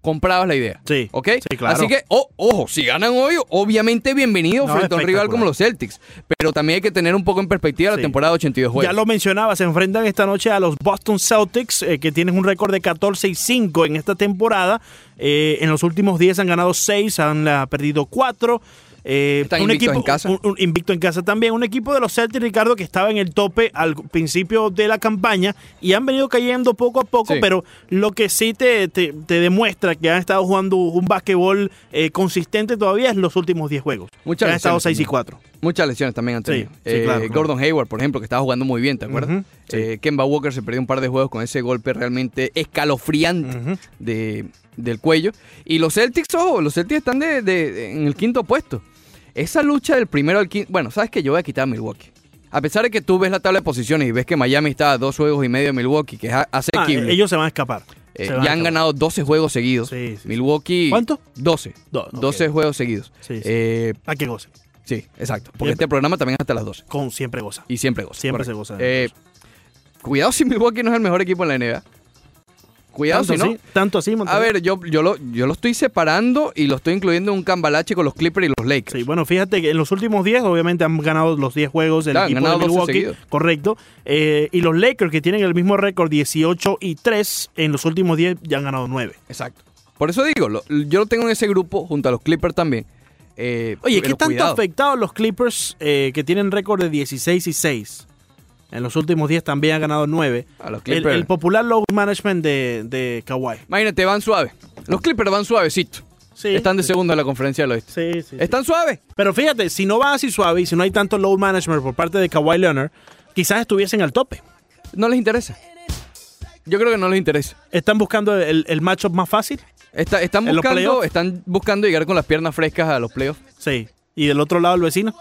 comprabas la idea. Sí, ¿Ok? sí, claro. Así que, oh, ojo, si ganan hoy, obviamente bienvenido No, frente a un rival espectacular. como los Celtics. Pero también hay que tener un poco en perspectiva la Sí. temporada de 82 juegos. Ya lo mencionaba, se enfrentan esta noche a los Boston Celtics, eh, que tienen un récord de 14 y 5 en esta temporada. Eh, en los últimos 10 han ganado 6, han ah, perdido 4. Están invictos en casa. Un, un invicto en casa también. Un equipo de los Celtics, Ricardo, que estaba en el tope al principio de la campaña y han venido cayendo poco a poco, Sí. pero lo que sí te, te- te demuestra que han estado jugando un básquetbol eh, consistente todavía es los últimos 10 juegos. Muchas han estado lesiones 6 también. y 4. Muchas lesiones también han tenido. Eh, Sí, sí, claro, claro. Gordon Hayward, por ejemplo, que estaba jugando muy bien, ¿te acuerdas? Ujú, sí. Sí. Eh, Kemba Walker se perdió un par de juegos con ese golpe realmente escalofriante Ujú. de- del cuello. Y los Celtics, ojo, los Celtics están de- de- en el quinto puesto. Esa lucha del primero al quinto. Bueno, sabes que yo voy a quitar a Milwaukee. A pesar de que tú ves la tabla de posiciones y ves que Miami está a dos juegos y medio de Milwaukee, que es a- Ah, asequible. ellos se van a escapar. Eh, Se van a ya han escapar. ganado 12 juegos seguidos. Sí, sí, sí. Milwaukee. ¿Cuánto? 12. Do- ok. 12 juegos seguidos. Sí, sí. Eh, Ah, que goce. sí, exacto. Porque Siempre. este programa también es hasta las 12. Con siempre goza. Y siempre goza. Siempre correcto. se goza. Eh, cuidado si Milwaukee no es el mejor equipo en la NBA. Cuidado Tanto si no. así, tanto así, A Monterrey. ver, yo, yo, lo, yo lo estoy separando y lo estoy incluyendo en un cambalache con los Clippers y los Lakers. Sí, bueno, fíjate que en los últimos 10, obviamente han ganado los 10 juegos el Claro, han equipo de ganado 12 Milwaukee, seguidos. correcto. Eh, y los Lakers, que tienen el mismo récord 18 y 3, en los últimos 10 ya han ganado 9. Exacto. Por eso digo, lo- yo lo tengo en ese grupo junto a los Clippers también. Eh, Oye, ¿qué pero tanto cuidado. afectados los Clippers eh, que tienen récord de 16 y 6? En los últimos 10 también han ganado 9. A los El, Clippers. el popular low management de, de Kawhi. Imagínate, van suave. Los Clippers van suavecitos. Sí, Están de sí, segundo en la conferencia del oeste. Sí, sí, sí. Están suaves. Pero fíjate, si no va así suave y si no hay tanto low management por parte de Kawhi Leonard, quizás estuviesen al tope. No les interesa. Yo creo que no les interesa. ¿Están buscando el, el matchup más fácil? Está- están, ¿En los buscando, playoffs? están buscando llegar con las piernas frescas a los playoffs. Sí. ¿Y del otro lado el vecino?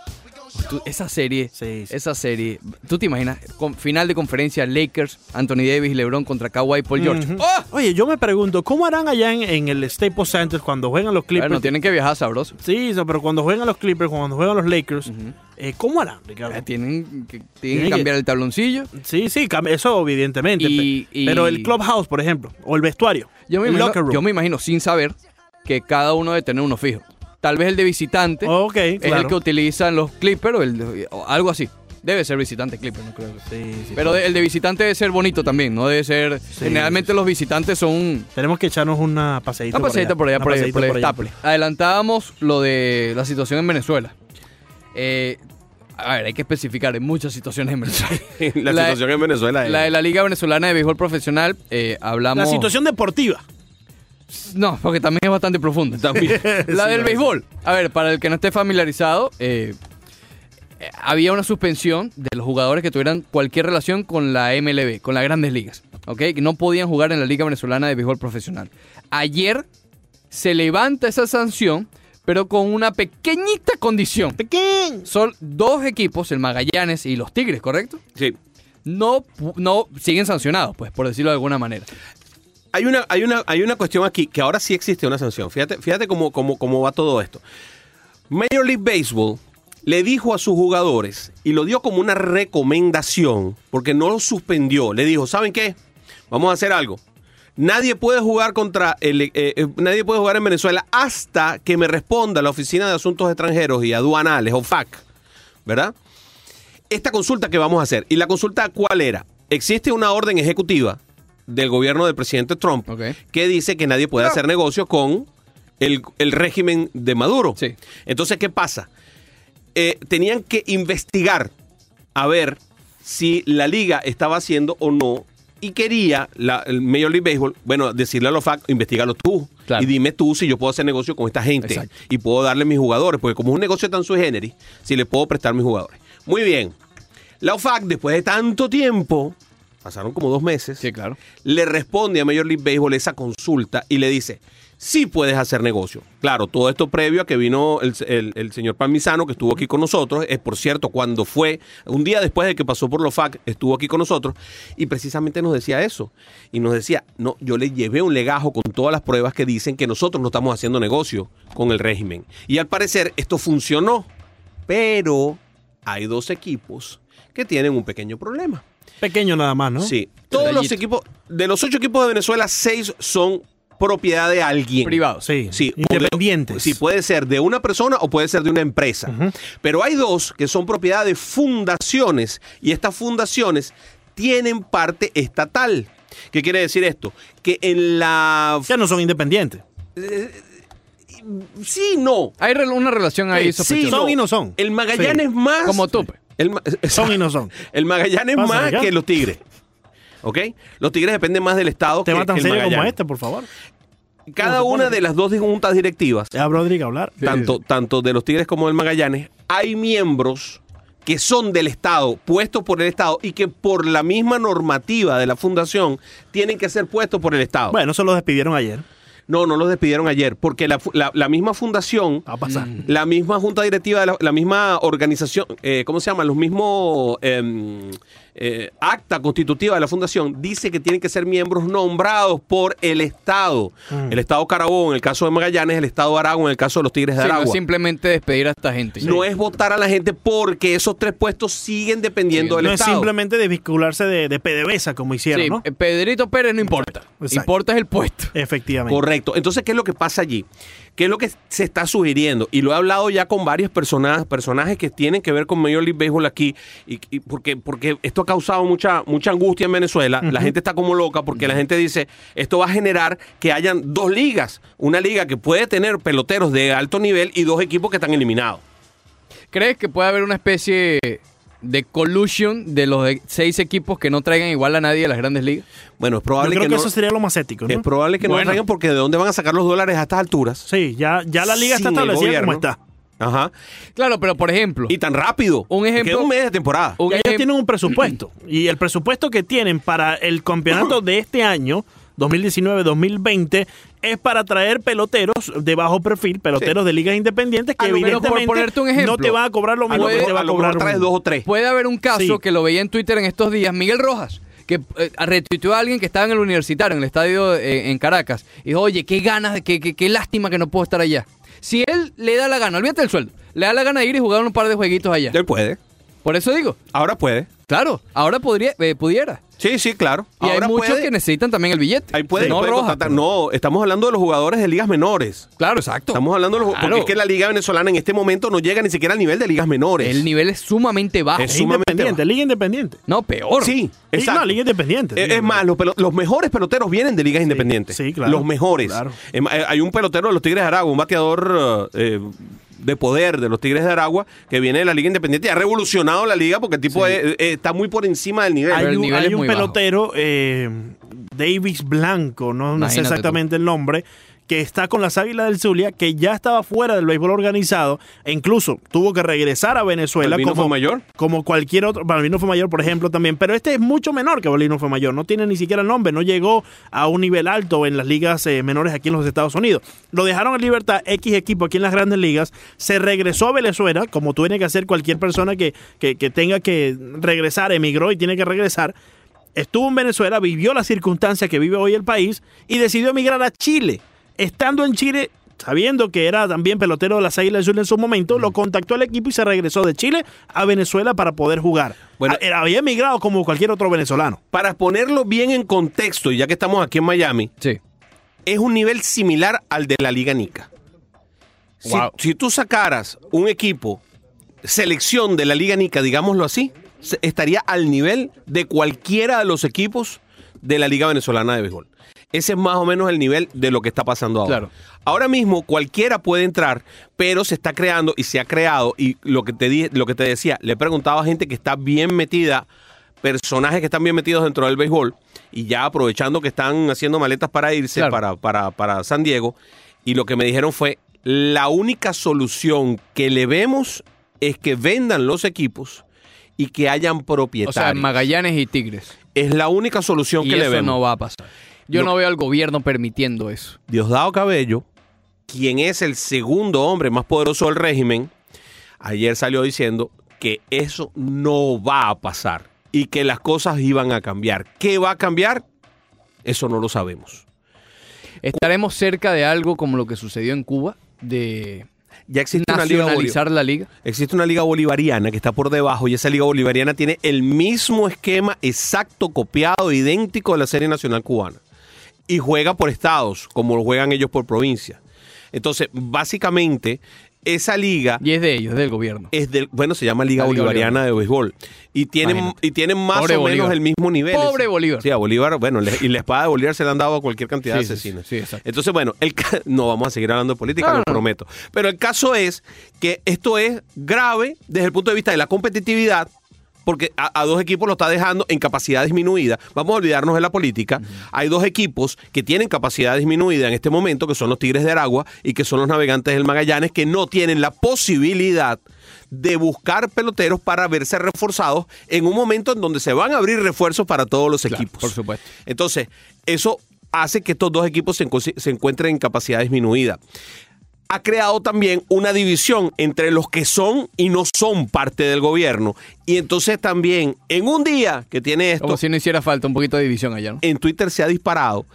Tú- esa serie, Sí, sí. esa serie. ¿Tú te imaginas? Con, final de conferencia, Lakers, Anthony Davis, LeBron contra Kawhi y Paul George. Ujú. ¡Oh! Oye, yo me pregunto, ¿cómo harán allá en, en el Staples Center cuando juegan los Clippers? Bueno, tienen que viajar sabroso. Sí, sí, pero cuando juegan los Clippers, cuando juegan los Lakers, Ujú. eh, ¿cómo harán, Ricardo? Eh, Tienen que, tienen que Tienen que- cambiar el tabloncillo. Sí, sí, cam- eso evidentemente. Y- pe- y- Pero el clubhouse, por ejemplo, o el vestuario, Yo me, el imagino, locker room. yo me imagino, sin saber, que cada uno debe tener uno fijo. Tal vez el de visitante Ok, es Oh, claro. el que utilizan los Clippers o, el de- o algo así. Debe ser visitante Clipper, no creo. que- Sí, sí. Pero de- el de visitante debe ser bonito también, no debe ser... generalmente los visitantes son... Tenemos que echarnos una paseadita Una pasadita por allá, una por, ahí, paseadita por el por allá. estaple. Adelantábamos lo de la situación en Venezuela. Eh, a ver, hay que especificar, en muchas situaciones en Venezuela. la, La- situación en Venezuela es La de la Liga Venezolana de Béisbol Profesional, eh, hablamos... La situación deportiva. No, porque también es bastante profunda. también. La Sí, del no, béisbol. A ver, para el que no esté familiarizado, eh, eh, había una suspensión de los jugadores que tuvieran cualquier relación con la MLB, con las grandes ligas. ¿Ok? Que no podían jugar en la Liga Venezolana de Béisbol Profesional. Ayer se levanta esa sanción, pero con una pequeñita condición. Pequeño. Son dos equipos, el Magallanes y los Tigres, ¿correcto? Sí. No, pu- no siguen sancionados, pues, por decirlo de alguna manera. Hay una, hay, una, hay una cuestión aquí que ahora sí existe una sanción. Fíjate, fíjate cómo, cómo, cómo va todo esto. Major League Baseball le dijo a sus jugadores y lo dio como una recomendación, porque no lo suspendió. Le dijo, ¿saben qué? Vamos a hacer algo. Nadie puede jugar contra el, eh, eh, nadie puede jugar en Venezuela hasta que me responda la Oficina de Asuntos Extranjeros y Aduanales o FAC, ¿verdad? esta consulta que vamos a hacer. ¿Y la consulta cuál era? Existe una orden ejecutiva del gobierno del presidente Trump Ok. que dice que nadie puede hacer negocios con el, el régimen de Maduro. Sí. Entonces, ¿qué pasa? Eh, tenían que investigar a ver si la liga estaba haciendo o no y quería la, el Major League Baseball, bueno, decirle a los FAC, investigalo tú Claro. y dime tú si yo puedo hacer negocio con esta gente Exacto. y puedo darle mis jugadores, porque como es un negocio tan sui generis, si le puedo prestar mis jugadores. Muy bien. La OFAC, después de tanto tiempo, pasaron como dos meses, Sí, claro. le responde a Major League Baseball esa consulta y le dice, sí puedes hacer negocio. Claro, todo esto previo a que vino el, el- el señor Palmisano, que estuvo aquí con nosotros, es por cierto, cuando fue, un día después de que pasó por los FAC, estuvo aquí con nosotros y precisamente nos decía eso. Y nos decía, no, yo le llevé un legajo con todas las pruebas que dicen que nosotros no estamos haciendo negocio con el régimen. Y al parecer esto funcionó, pero hay dos equipos que tienen un pequeño problema. Pequeño nada más, ¿no? Sí. Todos los Detallito. equipos, de los ocho equipos de Venezuela, seis son propiedad de alguien. Privados. Sí. Sí, o de- Independientes. Sí, puede ser de una persona o puede ser de una empresa. Pero hay dos que son propiedad de fundaciones y estas fundaciones tienen parte estatal. ¿Qué quiere decir esto? Que en la... Ya no son independientes. Sí, no. Hay rel- una relación ahí Sí, sospechosa. Son y no son. El Magallanes Sí. más... Como tú, pues. El ma- Son y no son. El Magallanes Pasa más allá. que los Tigres. ¿Ok? Los Tigres dependen más del Estado Te que, va tan que el serio como Magallanes. este, por favor. Cada ¿Cómo se una pone? de las dos juntas directivas, Deja a Broderick hablar. Sí. tanto, tanto de los Tigres como del Magallanes, hay miembros que son del Estado, puestos por el Estado y que por la misma normativa de la fundación tienen que ser puestos por el Estado. Bueno, se los despidieron ayer. No, no los despidieron ayer, porque la, fu- la- la misma fundación, Va a pasar. la misma junta directiva, de la, la misma organización, eh, ¿cómo se llama? Los mismos em, eh, acta constitutiva de la fundación dice que tienen que ser miembros nombrados por el Estado. Mm. El Estado Carabobo en el caso de Magallanes, el Estado Aragua en el caso de los Tigres de Sí, no Aragua. es simplemente despedir a esta gente. No es votar a la gente porque esos tres puestos siguen dependiendo Sí, del No es Estado. simplemente desvincularse de, de PDVSA como hicieron, Sí, ¿no? eh, Pedrito Pérez no importa. Exacto. Importa es el puesto. Efectivamente. Correcto. Entonces, ¿qué es lo que pasa allí? ¿Qué es lo que se está sugiriendo? Y lo he hablado ya con varios personajes, personajes que tienen que ver con Major League Baseball aquí, y, y porque, porque esto ha causado mucha, mucha angustia en Venezuela. La gente está como loca porque la gente dice, esto va a generar que hayan dos ligas, una liga que puede tener peloteros de alto nivel y dos equipos que están eliminados. ¿Crees que puede haber una especie de collusion de los de- seis equipos que no traigan igual a nadie de las grandes ligas? Bueno, es Yo probable creo que, que, no, eso sería lo más ético, ¿no? es probable que no Bueno. traigan porque de dónde van a sacar los dólares a estas alturas. Sí, ya, ya la liga está Sin el establecida gobierno. como está. Ajá. Claro, pero por ejemplo, Y tan rápido. Un ejemplo- Queda un mes de temporada. un Ya ejem- ellos tienen un presupuesto. Y el presupuesto que tienen para el campeonato de este año, 2019-2020, es para traer peloteros de bajo perfil, peloteros de ligas independientes que A lo menos, por evidentemente ponerte un ejemplo, no te van a cobrar lo a mismo lo puede- que mejor, te va a a lo mejor cobrar traes un- dos o tres. puede haber un caso Sí. que lo veía en Twitter en estos días, Miguel Rojas, que eh, retuiteó a alguien que estaba en el universitario, en el estadio eh, en Caracas, y dijo, oye, qué ganas, de- qué, qué, qué lástima que no puedo estar allá. Si él le da la gana, olvídate del sueldo, le da la gana de ir y jugar un par de jueguitos allá. Él puede. Por eso digo, Ahora puede. claro, ahora podría, eh, pudiera. Sí, sí, claro. Y Ahora hay muchos puede. que necesitan también el billete. Ahí puede, no puede Rojas. contratar. No, estamos hablando de los jugadores de ligas menores. Claro, exacto. Estamos hablando de los Claro. porque es que la liga venezolana en este momento no llega ni siquiera al nivel de ligas menores. El nivel es sumamente bajo. Es Es sumamente independiente, liga independiente. No, peor. Sí, Y- exacto. No, liga independiente. Es- Es más, los, pelo- los mejores peloteros vienen de ligas independientes. sí, claro. Los mejores. Claro. Es más, eh, Hay un pelotero de los Tigres de Aragua, un bateador eh, de poder de los Tigres de Aragua, que viene de la liga independiente y ha revolucionado la liga porque el tipo es- eh, está muy por encima del nivel. Pero Hay el un, nivel hay es un muy bajo. pelotero, eh, Davis Blanco, no, no sé Imagínate exactamente el nombre, que está con las Águilas del Zulia, que ya estaba fuera del béisbol organizado, e incluso tuvo que regresar a Venezuela ¿Balbino como, fue mayor? como cualquier otro. Balvino fue mayor, por ejemplo, también, pero este es mucho menor que Balvino fue mayor, no tiene ni siquiera el nombre, no llegó a un nivel alto en las ligas eh, menores aquí en los Estados Unidos. Lo dejaron en libertad X equipo aquí en las grandes ligas, se regresó a Venezuela, como tiene que hacer cualquier persona que, que- que tenga que regresar, emigró y tiene que regresar estuvo en Venezuela, vivió las circunstancias que vive hoy el país y decidió emigrar a Chile. Estando en Chile, sabiendo que era también pelotero de las Águilas Azules en su momento, lo contactó el equipo y se regresó de Chile a Venezuela para poder jugar. Bueno. Ah, era- había emigrado como cualquier otro venezolano. Para ponerlo bien en contexto, y ya que estamos aquí en Miami, Sí. es un nivel similar al de la Liga Nica. Si- Wow. Si, tú sacaras un equipo, selección de la Liga Nica, digámoslo así, se- estaría al nivel de cualquiera de los equipos de la Liga Venezolana de Béisbol. Ese es más o menos el nivel de lo que está pasando ahora. Claro. Ahora mismo cualquiera puede entrar, pero se está creando y se ha creado. Y lo que te, di- lo que te decía, le he preguntado a gente que está bien metida, personajes que están bien metidos dentro del béisbol, y ya aprovechando que están haciendo maletas para irse Claro. para, para, para San Diego, y lo que me dijeron fue, la única solución que le vemos es que vendan los equipos y que hayan O sea, propietarios. Magallanes y Tigres. es la única solución Y que le eso vemos. no va a pasar. Yo No. no veo al gobierno permitiendo eso. Diosdado Cabello, quien es el segundo hombre más poderoso del régimen, ayer salió diciendo que eso no va a pasar y que las cosas iban a cambiar. ¿Qué va a cambiar? Eso no lo sabemos. Estaremos cerca de algo como lo que sucedió en Cuba, de Ya existe una liga boliv- nacionalizar la liga. Existe una liga bolivariana que está por debajo y esa liga bolivariana tiene el mismo esquema exacto, copiado, idéntico de la serie nacional cubana. Y juega por estados, como lo juegan ellos por provincia. Entonces, básicamente, esa liga Y es de ellos, del gobierno. es del, bueno, se llama Liga La Liga Bolivariana de Béisbol. Y tienen, Imagínate. y tienen más Pobre o menos Bolívar. el mismo nivel. Pobre Bolívar. Sí, a Bolívar, bueno, le- y la espada de Bolívar se le han dado a cualquier cantidad Sí, de sí, asesinos. sí, sí, exacto. Entonces, bueno, el, ca- no vamos a seguir hablando de política, No, lo no, no. prometo. Pero el caso es que esto es grave desde el punto de vista de la competitividad porque a, a dos equipos lo está dejando en capacidad disminuida. Vamos a olvidarnos de la política. Hay dos equipos que tienen capacidad disminuida en este momento, que son los Tigres de Aragua y que son los Navegantes del Magallanes, que no tienen la posibilidad de buscar peloteros para verse reforzados en un momento en donde se van a abrir refuerzos para todos los Claro, equipos. por supuesto. Entonces, eso hace que estos dos equipos se, enco- se encuentren en capacidad disminuida. Ha creado también una división entre los que son y no son parte del gobierno. Y entonces también, en un día que tiene esto, Como si no hiciera falta un poquito de división allá, ¿no? en Twitter se ha disparado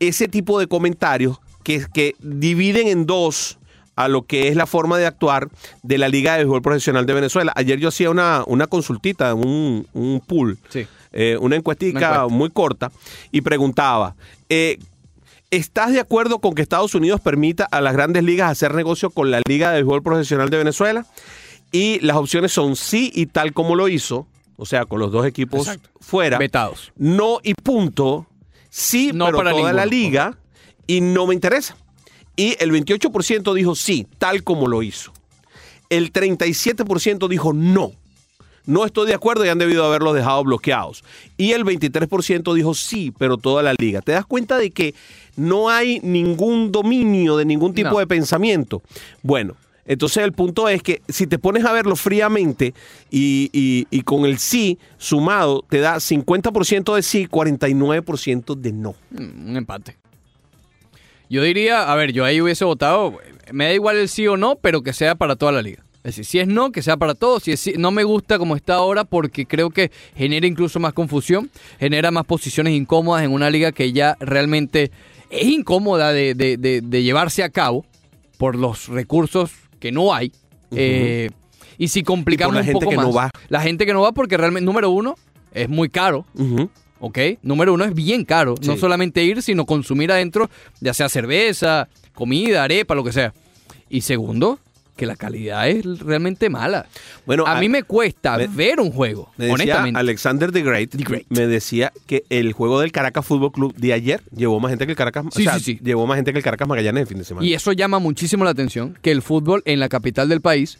ese tipo de comentarios que, que dividen en dos a lo que es la forma de actuar de la Liga de Béisbol Profesional de Venezuela. Ayer yo hacía una, una consultita, un, un pool, Sí. eh, una encuestica Una encuesta. muy corta, y preguntaba, eh, ¿estás de acuerdo con que Estados Unidos permita a las grandes ligas hacer negocio con la Liga de Béisbol Profesional de Venezuela? Y las opciones son sí y tal como lo hizo, o sea, con los dos equipos Exacto. fuera. Vetados. No y punto. Sí, No pero para toda ninguno. la liga y no me interesa. Y el 28% dijo sí, tal como lo hizo. El 37% dijo no. No estoy de acuerdo y han debido haberlos dejado bloqueados. Y el 23% dijo sí, pero toda la liga. ¿Te das cuenta de que no hay ningún dominio de ningún tipo No. de pensamiento? Bueno, entonces el punto es que si te pones a verlo fríamente y, y- y con el sí sumado, te da 50% de sí, 49% de no. Mm, Un empate. Yo diría, a ver, yo ahí hubiese votado, me da igual el sí o no, pero que sea para toda la liga. Es decir, si es no, que sea para todos. Si es sí, no me gusta como está ahora porque creo que genera incluso más confusión, genera más posiciones incómodas en una liga que ya realmente es incómoda de, de- de- de llevarse a cabo por los recursos que no hay. Eh, y si complicamos la un gente poco que más. no va. La gente que no va porque realmente, número uno, es muy caro. Ujú. ¿ok? Número uno es bien caro. No Sí. solamente ir, sino consumir adentro, ya sea cerveza, comida, arepa, lo que sea. Y segundo, que la calidad es realmente mala. Bueno, a, a- mí me cuesta me- ver un juego, Me decía honestamente. Alexander the Great, The Great. me decía que el juego del Caracas Fútbol Club de ayer llevó más gente que el Caracas, o Sí, sea, sí, sí. llevó más gente que el Caracas Magallanes el fin de semana. Y eso llama muchísimo la atención, que el fútbol en la capital del país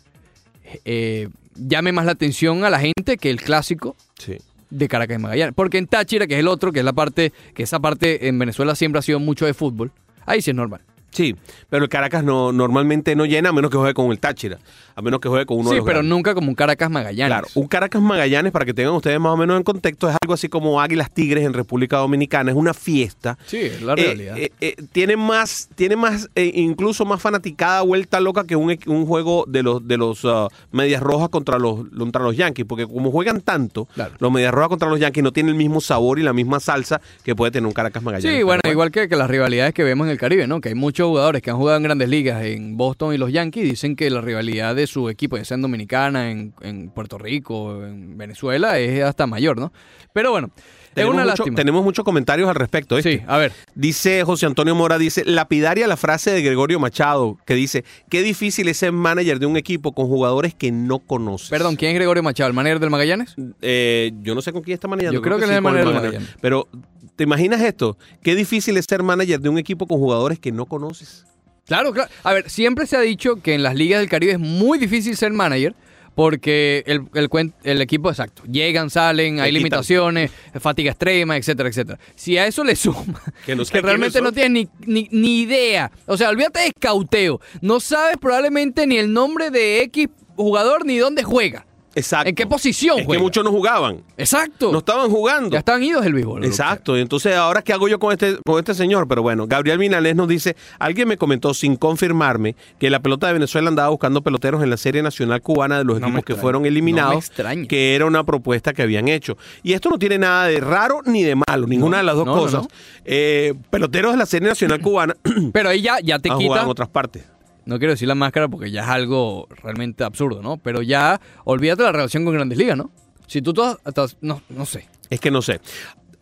eh, llame más la atención a la gente que el clásico Sí. de Caracas y Magallanes. Porque en Táchira, que es el otro, que es la parte, que esa parte en Venezuela siempre ha sido mucho de fútbol, ahí sí es normal. Sí, pero el Caracas no normalmente no llena a menos que juegue con el Táchira, a menos que juegue con uno sí, de los pero grandes. nunca como un Caracas Magallanes. Claro, un Caracas Magallanes, para que tengan ustedes más o menos en contexto, es algo así como Águilas Tigres en República Dominicana, es una fiesta. Sí, es la Eh, realidad. eh, eh, tiene más, tiene más, eh, incluso más fanaticada vuelta loca que un, equ- un juego de los de los ah, medias rojas contra los contra los Yankees, porque como juegan tanto, Claro. los medias rojas contra los Yankees no tienen el mismo sabor y la misma salsa que puede tener un Caracas Sí, Magallanes. bueno, Pero igual que, que las rivalidades que vemos en el Caribe, ¿no? Que hay muchos jugadores que han jugado en grandes ligas, en Boston y los Yankees, dicen que la rivalidad de su equipo, ya sea en Dominicana, en, en Puerto Rico, en Venezuela, es hasta mayor, ¿no? Pero bueno, es tenemos una mucho- lástima. Tenemos muchos comentarios al respecto. ¿oíste? Sí, a ver, Dice José Antonio Mora, dice, lapidaria la frase de Gregorio Machado, que dice, qué difícil es ser manager de un equipo con jugadores que no conoces. perdón, ¿quién es Gregorio Machado, el manager del Magallanes? Eh, yo no sé con quién está manejando. Yo creo que es el con manager de manager. Magallanes. Pero, ¿te imaginas esto? Qué difícil es ser manager de un equipo con jugadores que no conoces. Claro, claro. A ver, siempre se ha dicho que en las ligas del Caribe es muy difícil ser manager porque el, el, cuen- el equipo, exacto, llegan, salen, hay quitan. limitaciones, fatiga extrema, etcétera, etcétera. Si a eso le suma Que no sé que quiénes realmente son. no tienes ni, ni, ni idea, o sea, olvídate de escauteo, no sabes probablemente ni el nombre de X jugador ni dónde juega, Exacto. en qué posición Es que juega. muchos no jugaban. Exacto. No estaban jugando. ya están idos el béisbol. Exacto, y entonces ahora qué hago yo con este, con este señor, pero bueno, Gabriel Minales nos dice, alguien me comentó sin confirmarme que la pelota de Venezuela andaba buscando peloteros en la serie nacional cubana de los No me equipos que extraña, fueron eliminados, no me extraña. que era una propuesta que habían hecho. Y esto no tiene nada de raro ni de malo, ninguna de las dos no, no, cosas. no. Eh, peloteros de la serie nacional cubana Pero ahí ya, ya te han jugado quita en otras partes. No quiero decir la máscara porque ya es algo realmente absurdo, ¿no? Pero ya, olvídate la relación con Grandes Ligas, ¿no? Si tú todas, hasta- no, no sé. Es que no sé.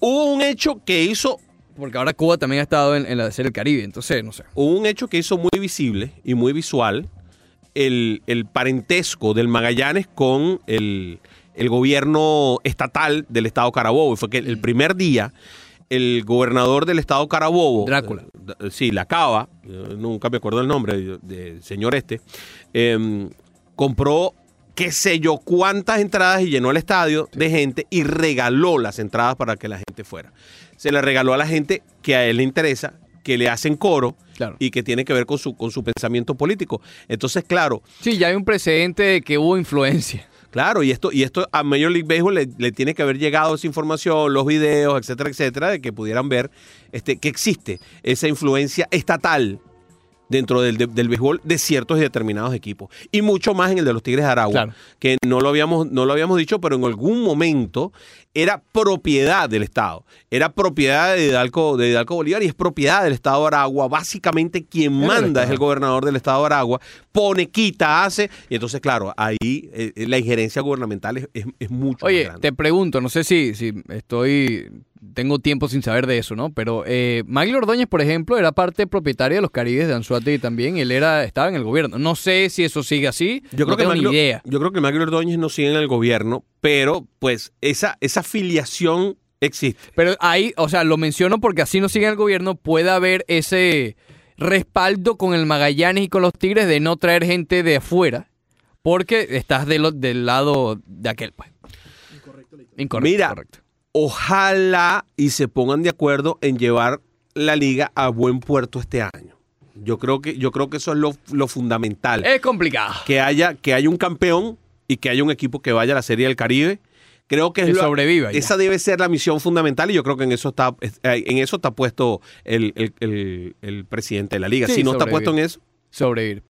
Hubo un hecho que hizo Porque ahora Cuba también ha estado en, en la Serie del Caribe, entonces no sé. hubo un hecho que hizo muy visible y muy visual el, el parentesco del Magallanes con el, el gobierno estatal del estado Carabobo. Y Fue que el primer día el gobernador del estado Carabobo... Drácula. eh, sí, la Cava, eh, nunca me acuerdo el nombre de- del señor este, em, compró qué sé yo cuántas entradas y llenó el estadio de gente y regaló las entradas para que la gente fuera. Se las regaló a la gente que a él le interesa, que le hacen coro Claro. y que tiene que ver con su, con su pensamiento político. Entonces, claro, Sí, ya hay un precedente de que hubo influencia. Claro, y esto, y esto a Major League Baseball le, le tiene que haber llegado esa información, los videos, etcétera, etcétera, de que pudieran ver este, que existe esa influencia estatal dentro del, de- del béisbol de ciertos y determinados equipos. Y mucho más en el de los Tigres de Aragua, Claro. que no lo, habíamos, no lo habíamos dicho, pero en algún momento era propiedad del Estado. Era propiedad de Hidalgo, de Hidalgo Bolívar y es propiedad del Estado de Aragua. Básicamente quien del manda es Estado. el gobernador del Estado de Aragua. Pone, quita, hace. Y entonces, claro, ahí eh, eh, la injerencia gubernamental es, es- es mucho Oye, más grande. te pregunto, no sé si, si estoy. Tengo tiempo sin saber de eso, ¿no? Pero eh, Magli Ordóñez, por ejemplo, era parte propietaria de los Caribes de Anzuategui también. Él era, estaba en el gobierno. No sé si eso sigue así. Yo creo, no que tengo ni Magno- idea. yo creo que Magno Ordóñez no sigue en el gobierno, pero pues esa, esa filiación existe. Pero ahí, o sea, lo menciono porque así no sigue el gobierno, puede haber ese respaldo con el Magallanes y con los Tigres de no traer gente de afuera, porque estás de lo- del lado de aquel, pues. Incorrecto. Mira. correcto. Ojalá y se pongan de acuerdo en llevar la liga a buen puerto este año. Yo creo que, yo creo que eso es lo, lo fundamental. Es complicado. Que haya, que haya un campeón y que haya un equipo que vaya a la Serie del Caribe. Creo que es Que lo- sobreviva ya. Esa debe ser la misión fundamental y yo creo que en eso está, es- eh, en eso está puesto el, el- el- el presidente de la liga. Sí, si no está sobrevive. puesto en eso, Sobrevivir.